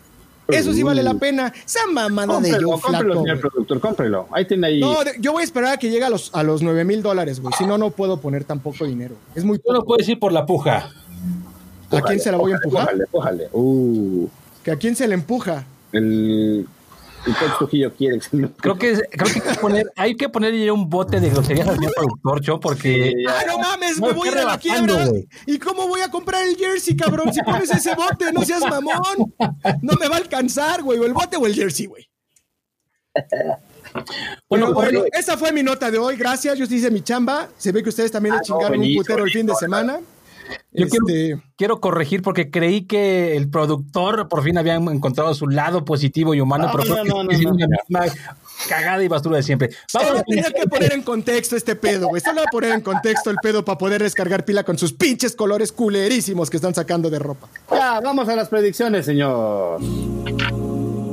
Eso sí vale la pena. Esa mamada de
Cómprelo,
Joe
cómprelo,
Flacco,
señor
güey.
productor, cómprelo. Ahí tiene ahí.
No, de- yo voy a esperar a que llegue a los, a los 9 mil dólares, güey. Si no, no puedo poner tampoco dinero. Es muy
Tú lo
poco.
puedes ir por la puja.
¿A quién se la voy a empujar?
Pójale, pójale. Uh,
¿Que ¿A quién se le empuja?
el. El coach Trujillo quiere.
Creo que, es- creo que hay que poner, hay que ponerle un bote de groserías al señor productor, Chon, porque...
Sí,
¡Ah, no mames!
No,
¡Me voy a ir
está
a la
rebajando,
quiebra!
güey.
¿Y cómo voy a comprar el jersey, cabrón? Si pones ese bote, no seas mamón. No me va a alcanzar, güey. O el bote o el jersey, güey. Pero
Bueno,
bueno,
corre-
esa fue mi nota de hoy. Gracias. Yo sí hice mi chamba. Se ve que ustedes también
Ah,
le chingaron un
buenísimo,
putero el fin de
buenísimo.
semana.
Yo quiero-
Este,
quiero corregir porque creí que el productor por fin había encontrado su lado positivo y humano,
No,
pero creo
no,
que
no, no,
es
no.
la misma cagada y basura de siempre. Vamos
Solo
a
tenía que poner en contexto este pedo, güey. Solo poner en contexto el pedo para poder descargar pila con sus pinches colores culerísimos que están sacando de ropa.
Ya, vamos a las predicciones, señor.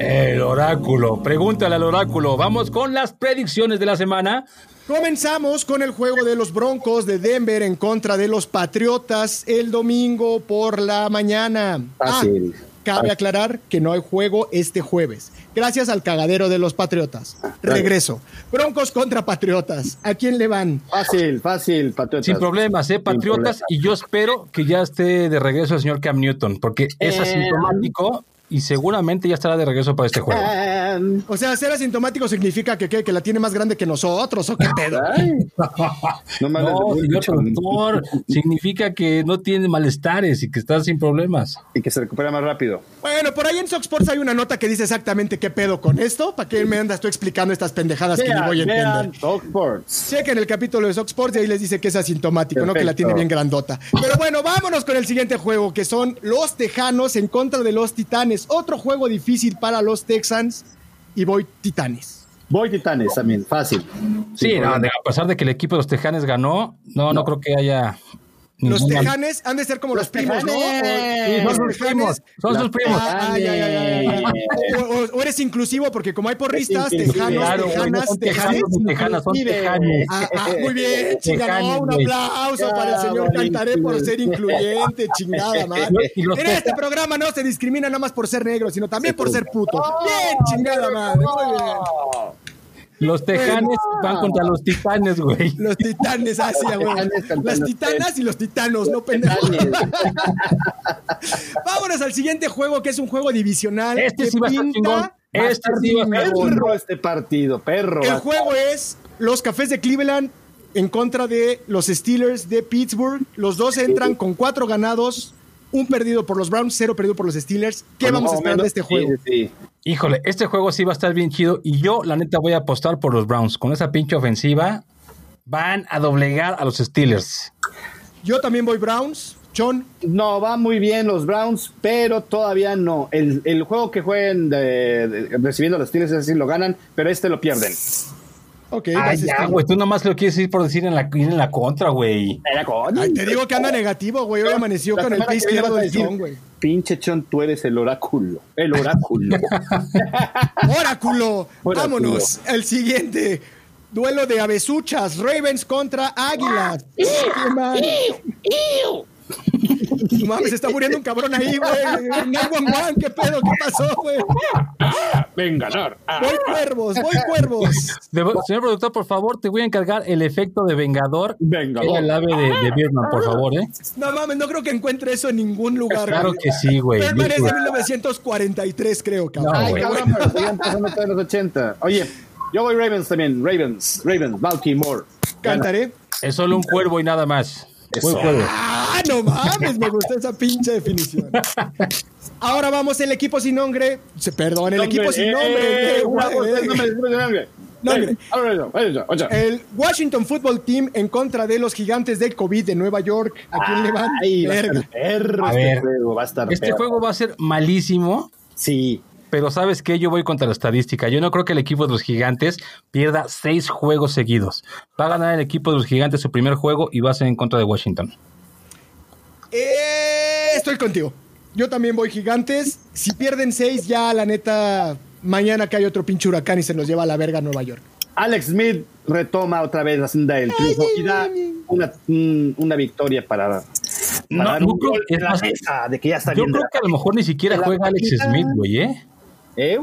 el oráculo. Pregúntale al oráculo. Vamos con las predicciones de la semana.
Comenzamos con el juego de los Broncos de Denver en contra de los Patriotas el domingo por la mañana. Ah,
Fácil.
cabe aclarar que no hay juego este jueves. Gracias al cagadero de los Patriotas. Regreso. Broncos contra Patriotas. ¿A quién le van?
Fácil, fácil, patriotas.
Sin problemas, ¿eh?
Sin
Patriotas.
problemas.
Y yo espero que ya esté de regreso el señor Cam Newton, porque es
Eh.
asintomático y seguramente ya estará de regreso para este juego.
Em,
O sea, ser asintomático significa que, ¿qué? que la tiene más grande que nosotros o qué pedo.
ay, No me hables
No,
de
señor
Wilson.
productor, significa que no tiene malestares y que está sin problemas.
Y que se recupera más rápido.
Bueno, por ahí en Sox Sports hay una nota que dice exactamente qué pedo con esto. ¿Para qué me andas tú explicando estas pendejadas que ni voy a entender?
vean, Oxfords.
Chequen el capítulo de Sox Sports y ahí les dice que es asintomático, no que la
Perfecto.
tiene bien grandota. Pero bueno, vámonos con el siguiente juego, que son los Tejanos en contra de los Titanes. Otro juego difícil para los Texans y voy Titanes.
Voy Titanes también, fácil.
Sí,
Sin
no,
problema.
de- a pesar de que el equipo de los Tejanes ganó, no, no, creo que haya.
Los
ninguna-
Tejanes han de ser como los, primos, ¿no?
Sí,
O-
son sus primos. Son sus primos.
Ah, ay, ay, ay, ay, ay. O, o- o eres inclusivo porque como hay porristas,
Es inclusive,
tejanos,
Claro, güey, no
tejanas,
son
tejanes.
tejanos ni tejanas, son
inclusive.
tejanes.
Ah, ah, muy bien, chingada.
Tejanos,
un
güey.
aplauso para el
Ah,
señor
bonito.
Cantaré por ser incluyente, chingada madre.
Y los
En
Tejanos-
este programa no se discrimina nada más por ser negro, sino también por ser puto.
Oh,
Bien, chingada madre. Muy bien.
Los Tejanes van contra los Titanes, güey.
Los titanes, así, güey.
Titanes cantando.
Las titanas y los titanos, no pendejos. Vámonos al siguiente juego, que es un juego divisional.
Este
que
sí va a estar
pinta
chingón. Este sí va a estar chingón.
Perro este partido, perro.
El juego es los Cafés de Cleveland en contra de los Steelers de Pittsburgh. Los dos entran con cuatro ganados, un perdido por los Browns, cero perdido por los Steelers. ¿Qué vamos
Más
a
o
esperar de
menos,
este juego?
Sí, sí.
Híjole, este juego sí va a estar bien chido. Y yo, la neta, voy a apostar por los Browns. Con esa pinche ofensiva, van a doblegar a los Steelers.
Yo también voy Browns. John,
No, va muy bien los Browns, pero todavía no. El, el juego que jueguen de- de- recibiendo a los Steelers, es decir, lo ganan, pero este lo pierden.
Ok,
Ah,
vas,
ya,
Steve.
güey. Tú nomás lo quieres ir por decir en la, ir en la contra, güey.
Era con-
Ay, te digo que anda negativo, güey. Hoy amaneció
La
con el
semana
pie
que viene
izquierdo
vas a
del
decir,
chon, güey.
Pinche chon, tú eres el oráculo. El oráculo.
Oráculo,
Oráculo.
vámonos. El siguiente. Duelo de avesuchas. Ravens contra Águilas. Qué mal. No mames, se está muriendo un cabrón ahí, güey. 911, ¿Qué pedo? ¿Qué pasó, güey?
Ven ganar.
Voy cuervos, voy cuervos.
Debo- señor productor, por favor, te voy a encargar el efecto de Vengador.
Vengador.
Era el ave de,
Ah,
de Vietnam, por favor, ¿eh?
No mames, no creo que encuentre eso en ningún lugar.
Claro
güey.
que sí, güey.
Birdman es de
Yo-
1943, creo, cabrón.
No,
Ay,
güey.
cabrón, pero estoy empezando todos los 80. Oye, yo voy Ravens también. Ravens, Ravens, Baltimore.
Cantaré.
Es solo un cuervo y nada más.
Eso.
Un cuervo.
Ah, no mames, me gustó esa pinche definición. Ahora vamos el equipo sin nombre. Se- Perdón, el equipo sin nombre.
Eh, eh,
güey,
eh,
güey.
no me disfruten, hombre.
Nombre.
Eh, ahora, ahora, ahora, ahora.
El Washington Football Team en contra de los gigantes del COVID de Nueva York. ¿A quién le van?
Ay, va a estar
Verga.
perro
A
este
ver,
juego, va a estar
Este
perro.
juego va a ser malísimo,
Sí.
pero ¿sabes qué? Yo voy contra la estadística. Yo no creo que el equipo de los gigantes pierda seis juegos seguidos. Va a ganar el equipo de los gigantes su primer juego y va a ser en contra de Washington.
Eh, estoy contigo. Yo también voy gigantes. Si pierden seis, ya la neta, mañana cae otro pinche huracán y se nos lleva a la verga a Nueva York.
Alex Smith retoma otra vez la senda del triunfo y da una, un- una victoria para, para
No,
dar
no
un
creo-
gol
es
en la
más-
mesa de que ya está
Yo
bien. de
creo
la-
que a lo mejor ni siquiera
de la
juega Alex
partida.
Smith, güey, ¿eh?
¿Eh?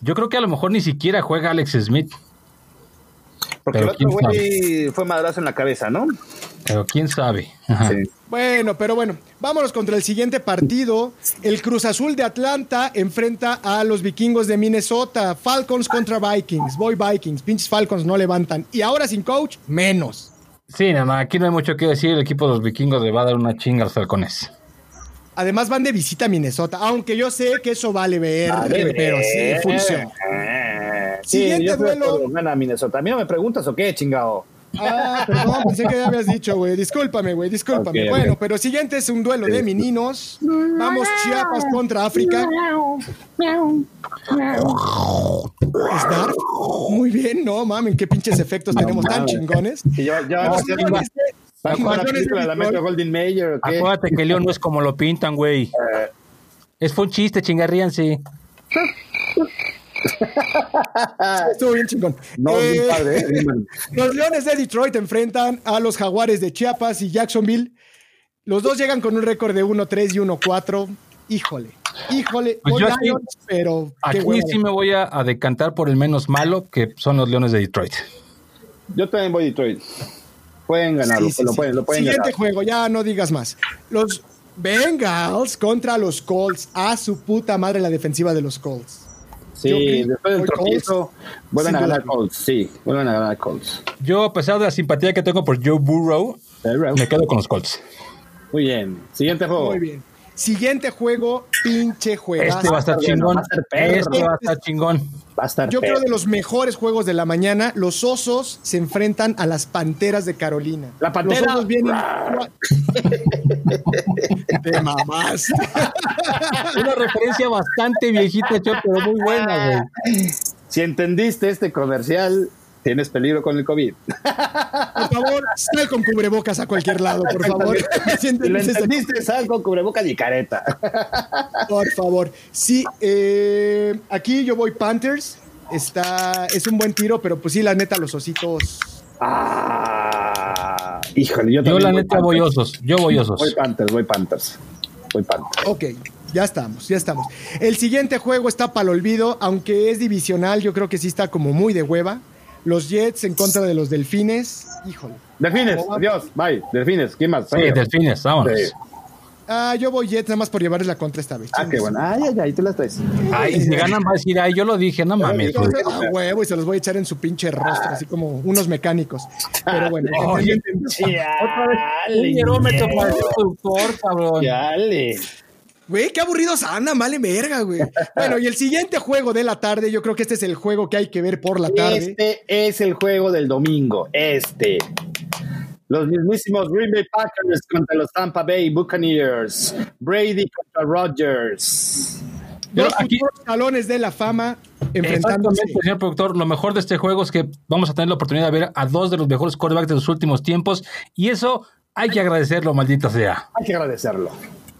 Yo creo que a lo mejor ni siquiera juega Alex Smith.
Porque
Pero
el
quién
otro güey fue madrazo en la cabeza, ¿no?
Pero quién sabe. Ajá.
Sí.
Bueno, pero bueno, vámonos contra el siguiente partido. El Cruz Azul de Atlanta enfrenta a los vikingos de Minnesota. Falcons contra Vikings. Voy Vikings. Pinches Falcons no levantan. Y ahora sin coach, menos.
Sí, no, no, aquí no hay mucho que decir. El equipo de los vikingos le va a dar una chinga a los halcones.
Además van de visita a Minnesota, aunque yo sé que eso vale ver, pero sí funciona.
Eh,
Siguiente
yo estoy de
duelo.
acuerdo, Gana Minnesota. A mí no me preguntas o qué, chingado.
Ah, perdón, pensé que ya habías dicho, güey. Discúlpame, güey, discúlpame.
Ok, Este.
bueno,
ok.
pero siguiente es un duelo de meninos. Vamos Chiapas contra África. ¿Es Dark? Muy bien, no mamen, qué pinches efectos tenemos tan
mames.
chingones.
Y yo, yo
Los
yo-
millones de-
¿Para jugar la
millones de
película de la Metro
Detroit.
Golden Mayer o qué?
Acuérdate que León no es como lo pintan, güey.
Eh.
Es fue un chiste, chingarríanse.
Ah,
Estuvo bien chingón.
No,
Eh,
bien padre, ¿eh? Bien padre.
Los Leones de Detroit enfrentan a los Jaguares de Chiapas y Jacksonville. Los dos llegan con un récord de 1-3 y 1-4. Híjole, híjole,
Pues
voy
yo sí.
Lions, pero qué
Aquí
hueva.
sí me voy a, a decantar por el menos malo, que son los Leones de Detroit.
Yo también voy Detroit. Pueden ganarlo,
Sí, sí,
lo
sí.
pueden, lo pueden
Siguiente
ganar.
juego, ya no digas más. Los Bengals contra los Colts. A su puta madre la defensiva de los Colts. Yo
Sí,
creo-
después del
voy
tropiezo, vuelven
Sin
a ganar
duda.
Colts. Sí, vuelven a ganar Colts.
Yo, a pesar de la simpatía que tengo por Joe Burrow, me quedo con los Colts.
Muy bien. Siguiente juego.
Muy bien. Siguiente juego, pinche juegazo.
Este va a estar
bueno, va
chingón.
a estar perro.
Este va a estar chingón.
Va a estar
Yo creo
perro.
de los mejores juegos de la mañana, los osos se enfrentan a las panteras de Carolina.
La pantera.
Los osos vienen. Te mamás.
Una referencia bastante viejita, yo, pero muy buena, güey.
Ah, Si entendiste este comercial, tienes peligro con el COVID.
Por favor, sal con cubrebocas a cualquier lado, por favor.
Si
Si
lo
entiendes esta-
entendiste, sal con cubrebocas y careta.
Por favor. Sí, eh, aquí yo voy Panthers. Está, es un buen tiro, pero pues sí, la neta, los ositos.
Ah, híjole, yo
Yo,
también.
la
voy
neta,
Panthers.
voy osos. Yo voy osos.
Voy Panthers, voy Panthers. Voy Panthers.
Ok, ya estamos, ya estamos. El siguiente juego está para el olvido, aunque es divisional, yo creo que sí está como muy de hueva. Los Jets en contra de los Delfines. Híjole.
Delfines, adiós, bye. Delfines, ¿quién más?
Sí, delfines, vámonos.
Sí.
Ah, yo voy Jets nada más por llevarles la contra esta vez.
Ah, qué bueno. Ay, ay, ay, tú las traes.
Ay, si ganan, va a decir, ay, yo lo dije, no mames. güey.
Entonces, a huevo y se los voy a echar en su pinche rostro, así como unos mecánicos. Pero bueno,
Oye, Un hierómetro para el productor, cabrón.
Chale.
Güey, qué aburridos andan, vale verga, güey. Bueno, y el siguiente juego de la tarde, yo creo que este es el juego que hay que ver por la tarde.
Este es el juego del domingo. Este. Los mismísimos Green Bay Packers contra los Tampa Bay Buccaneers. Brady contra Rodgers.
Pero
Dos
aquí-
futuros salones de la fama enfrentándose.
Exactamente, señor productor. Lo mejor de este juego es que vamos a tener la oportunidad de ver a dos de los mejores quarterbacks de los últimos tiempos. Y eso hay que agradecerlo, maldita sea.
Hay que agradecerlo.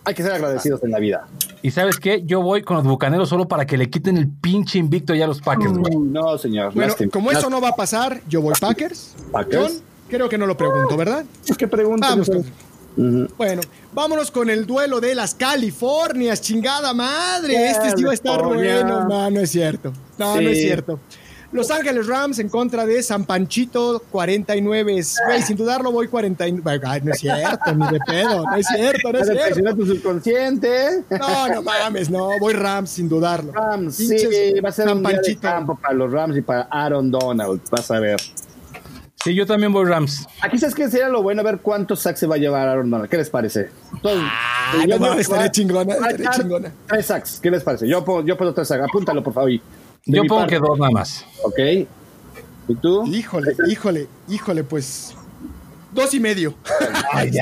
Hay que ser agradecidos en la vida.
Y sabes qué? Yo voy con los bucaneros solo para que le quiten el pinche invicto ya a los Packers, güey.
No, señor.
Bueno,
lástima.
como eso
Lástima.
no va a pasar, yo voy Packers.
Packers.
John, creo que no lo pregunto, ¿verdad?
Es que pregunta.
Vamos.
yo-
con- Bueno, vámonos con el duelo de las Californias, chingada madre. Este sí va a estar
California.
bueno. No, no es cierto. No, no es
Sí.
cierto. Los Ángeles Rams en contra de San Panchito 49. Güey, sin dudarlo voy 49. Ay, no es cierto, ni de pedo. No es cierto, no es
Has de
cierto.
presionar tu subconsciente.
No, no mames, no. Voy Rams sin dudarlo.
Rams, sí,
Pinches
va a ser
San
un día de
Panchito.
campo para los Rams y para Aaron Donald. Vas a ver.
Sí, yo también voy Rams.
Aquí sabes que sería lo bueno a ver cuántos sacks se va a llevar Aaron Donald. ¿Qué les parece? Entonces,
Ah, no
yo
mames,
voy a-
estaría chingona,
voy a
estaría
echar
chingona.
Tres sacks. ¿Qué les parece? Yo pongo, yo pongo tres sacks. Apúntalo, por favor. De
Yo
mi
pongo
parte.
que dos nada más.
Ok. ¿Y tú?
Híjole, híjole, híjole, pues. Dos y medio.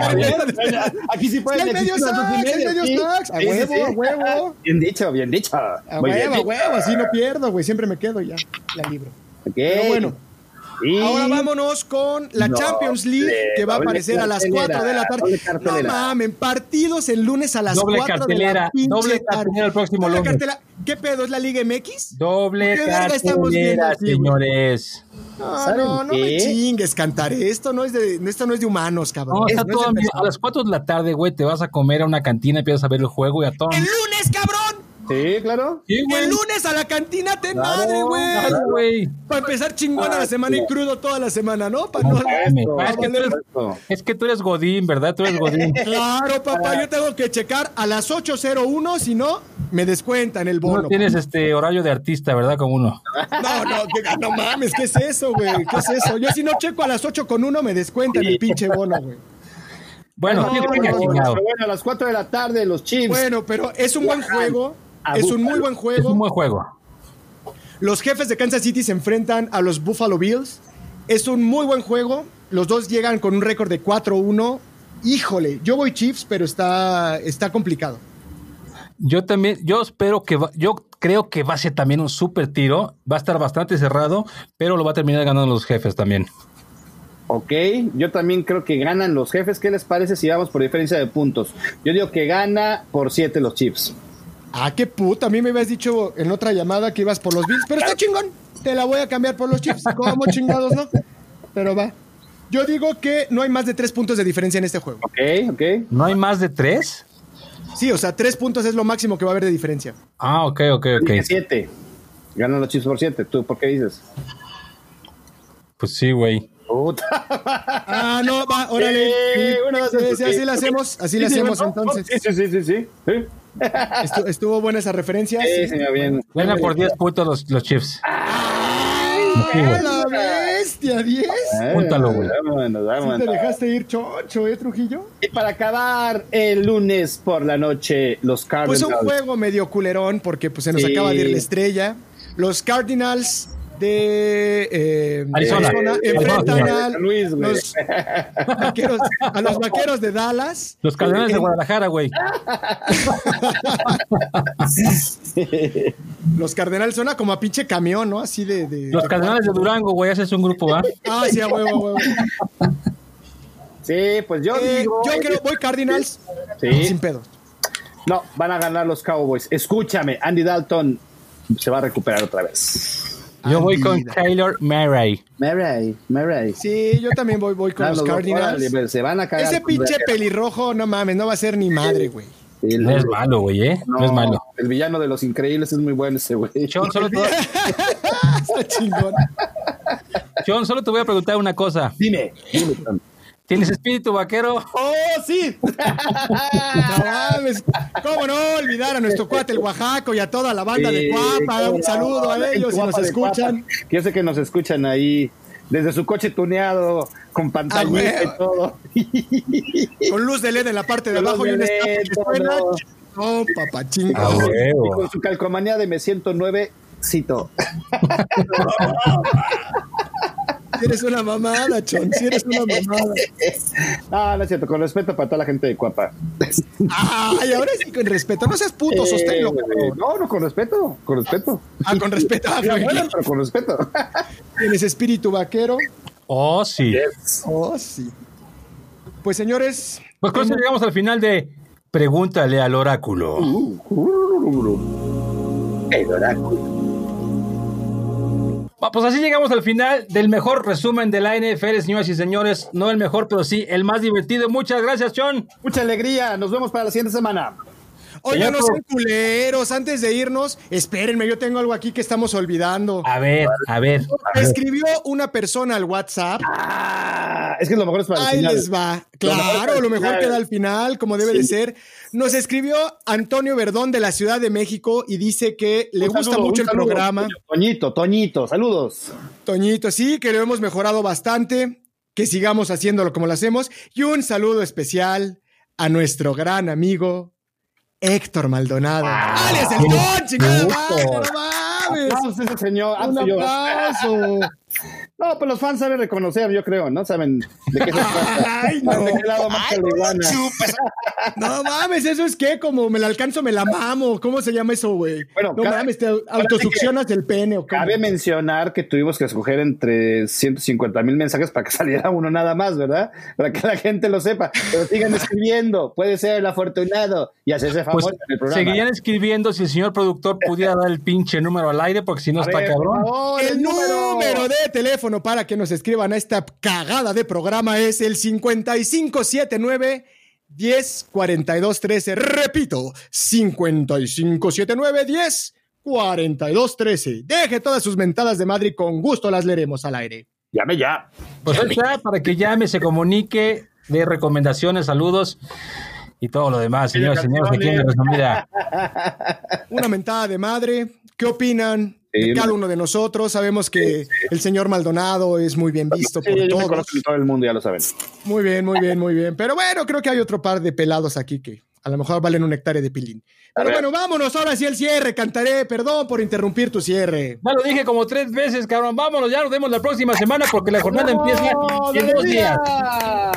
Aquí sí
Sí, hay
existir
medio
los dos y
sacks, hay medio
sí.
sacks. A
Sí, sí,
huevo,
sí.
a huevo.
Bien dicho, bien dicho.
A
Muy
huevo,
bien
a
dicho.
huevo, así no pierdo, güey. Siempre me quedo y ya. La libro.
Ok.
Pero bueno.
Y-
Ahora vámonos con la
No,
Champions League,
hombre,
que va a
doble
aparecer a las 4 de la tarde.
doble
No
cartelera.
mamen, partidos el lunes a las
Doble
4 de la
cartelera,
pinche
doble
tarde.
cartelera el próximo
Doble
lunes.
cartela- ¿Qué pedo? ¿Es la Liga MX?
Doble
¿Qué verga estamos viendo
cartelera,
aquí, güey?
señores.
No,
¿Saben
no, no me
qué?
chingues cantar. Esto no es de, esto no es de humanos, cabrón.
No, está
No es de
todo bien.
personas.
A las 4 de la tarde, güey, te vas a comer a una cantina, empiezas a ver el juego y a todo.
¡El lunes, cabrón!
Sí, claro.
Sí, güey.
¡El lunes a la cantina te madre,
Claro,
güey!
Pues, güey.
Para empezar chingona la semana y crudo toda la semana, ¿no? Pa'
Ah, No
no-
mames.
esto,
Ah, es que tú eres-
esto.
Es que tú eres Godín, ¿verdad? Tú eres Godín.
Claro, papá, yo tengo que checar a las 8.01, si no, me descuentan el
Tú
bono.
no tienes este horario de artista, ¿verdad? Como uno.
No, no, que- no mames, ¿qué es eso, güey? ¿Qué es eso? Yo si no checo a las 8 con uno, me descuentan el pinche bono, güey.
Bueno,
No,
¿quién te
no,
ha
no,
chingado?
pero bueno, a las 4 de la tarde, los Chiefs.
Bueno, pero es un buen juego,
A
es un muy
Búfalo.
buen
Es un
juego.
buen juego.
Los jefes de Kansas City se enfrentan a los Buffalo Bills. Es un muy buen juego. Los dos llegan con un récord de 4-1. Híjole, yo voy Chiefs, pero está, está complicado.
Yo también, yo espero que, va- yo creo que va a ser también un super tiro. Va a estar bastante cerrado, pero lo va a terminar ganando los jefes también.
Ok, yo también creo que ganan los jefes. ¿Qué les parece si vamos por diferencia de puntos? Yo digo que gana por 7 los Chiefs.
Ah, qué puta. A mí me habías dicho en otra llamada que ibas por los Bills, pero está chingón. Te la voy a cambiar por los Chiefs. ¿Cómo chingados, no? Pero va. Yo digo que no hay más de tres puntos de diferencia en este juego.
Ok, ok.
¿No hay más de tres?
Sí, o sea, tres puntos es lo máximo que va a haber de diferencia.
Ah, ok, ok, ok.
7. Ganan los Chiefs por 7. ¿Tú por qué dices?
Pues sí, güey.
Puta.
Ah, no, va, órale.
Eh, bueno,
Sí, sí, sí, así la hacemos, así la
Sí, sí,
hacemos
¿no?
entonces.
Sí, sí, sí, sí. sí. Sí.
Estu- estuvo buena esa referencia.
Sí,
sí.
señor, bien.
Ganan por 10 puntos los, los Chiefs. Sí,
¡A
güey.
Ah, la bestia! ¿10? Sí
apúntalo, güey.
Vámonos,
te
vámonos.
dejaste ir chocho, ¿eh, Trujillo?
Y para acabar el lunes por la noche, los
Pues
Cardinals.
un juego medio culerón porque pues, se nos
Sí.
acaba de ir la estrella. Los Cardinals de eh,
Arizona.
enfrentan
Arizona.
a
Luis, güey.
los vaqueros, a los vaqueros de Dallas.
Los Cardenales de Guadalajara, güey.
Los Cardinals suena como a pinche camión, ¿no? Así de... de-
Los
de-
Cardenales de Durango, güey. Haces un grupo, ¿va?
Ah, sí, a huevo, a huevo.
Sí, pues yo
Eh,
digo.
yo creo, voy Cardinals
Sí.
sin pedo.
No, van a ganar los Cowboys. Escúchame, Andy Dalton se va a recuperar otra vez.
Yo voy con
Andida.
Taylor Murray.
Murray, Murray.
Sí, yo también voy, voy con
Ah,
los
los-
Cardinals.
órale, pero se van a cagar.
Ese pinche pelirrojo, no mames, no va a ser ni madre, güey.
El-
No es malo, güey, ¿eh? No,
no,
es malo.
El villano de los increíbles es muy bueno ese güey.
John solo, te,
Ah, Está chingón.
John, solo te voy a preguntar una cosa.
Dime, dime. Tom.
¿Tienes espíritu vaquero?
¡Oh, sí!
No mames. ¿Cómo no olvidar a nuestro cuate el Oaxaco y a toda la banda de Cuapa? Un saludo
La
a
gente
ellos si nos
guapa de
escuchan.
Cuapa. Yo sé que nos escuchan ahí desde su coche tuneado con
Ah,
pantalla
güey.
y todo.
Con luz de LED en la parte de
Con
abajo
luz
y un
de
escape
LED,
que
cómo
suena.
no.
No, papá, chingo.
Ah,
Y con su calcomanía de me 109 cito.
Si eres una mamada, Chon. Si eres una mamada.
Ah, No, no es cierto. Con respeto para toda la gente de Cuapa.
Ay, ahora sí, con respeto. No seas puto, sosténlo. cabrón.
Eh, no, no, con respeto. Con respeto.
Ah, con respeto. Ah,
Pero
bueno,
bueno, pero con respeto.
Tienes espíritu vaquero.
Oh, sí.
Oh, sí. Pues señores,
Pues con eso llegamos al final de Pregúntale al oráculo.
Uh,
Ah, Pues así llegamos al final del mejor resumen de la NFL, señoras y señores. No el mejor, pero sí el más divertido. Muchas gracias, Chon.
Mucha alegría. Nos vemos para la siguiente semana.
oigan, no sean culeros. Antes de irnos, espérenme, yo tengo algo aquí que estamos
Ah,
olvidando.
A ver, a ver.
Me escribió una persona al WhatsApp.
Ah, es que lo mejor es para el
Ahí
final.
les va. Claro, lo mejor queda al final, como debe de ser. Nos escribió Antonio Verdón de la Ciudad de México y dice que le
Un
gusta
saludo,
mucho
un
el
saludo,
programa.
Toñito, Toñito, saludos.
Toñito, sí, que lo hemos mejorado bastante, que sigamos haciéndolo como lo hacemos. Y un saludo especial a nuestro gran amigo Héctor Maldonado.
Ah,
¡Alias el Don, chingada madre, ¡No mames!
Aplausos Ah, ese señor.
¡Un
apto yo.
aplauso!
No, pues los fans saben reconocer, yo creo, ¿no? Saben de qué se trata.
¡Ay, no!
¿De qué lado más que la iguana.
Chupas.
No mames, eso es que como me la alcanzo, me la mamo. ¿Cómo se llama eso, güey?
Bueno,
no
cada-
mames, te autosuccionas el pene o cómo?
Cabe mencionar que tuvimos que escoger entre 150 mil mensajes para que saliera uno nada más, ¿verdad? Para que la gente lo sepa. Pero sigan escribiendo, puede ser el afortunado y hacerse
Pues
famoso en el programa.
seguirían escribiendo si el señor productor pudiera dar el pinche número al aire, porque si no
A
está
ver,
cabrón.
por favor,
El número de teléfono para que nos escriban a esta cagada de programa es el 5579 104213. Repito, 5579 10 4213. Deje todas sus mentadas de madre y con gusto las leeremos al aire.
Llame ya.
Pues ahí está, para que llame, se comunique, dé recomendaciones, saludos y todo lo demás, señores y señores, aquí en la resumida.
Una mentada de madre. ¿Qué opinan
Sí,
de
no.
cada uno de nosotros? Sabemos que el señor Maldonado es muy bien visto
Sí,
por
yo me
todos.
conozco en todo el mundo, ya lo saben.
Muy bien, muy bien, muy bien. Pero bueno, creo que hay otro par de pelados aquí que a lo mejor valen un hectárea de pilín. Pero
ver.
bueno, vámonos ahora sí el cierre. Cantaré, perdón por interrumpir tu cierre.
Ya lo dije como tres veces, cabrón. Vámonos, ya nos vemos la próxima semana porque la jornada empieza en dos días.
¡Alegría!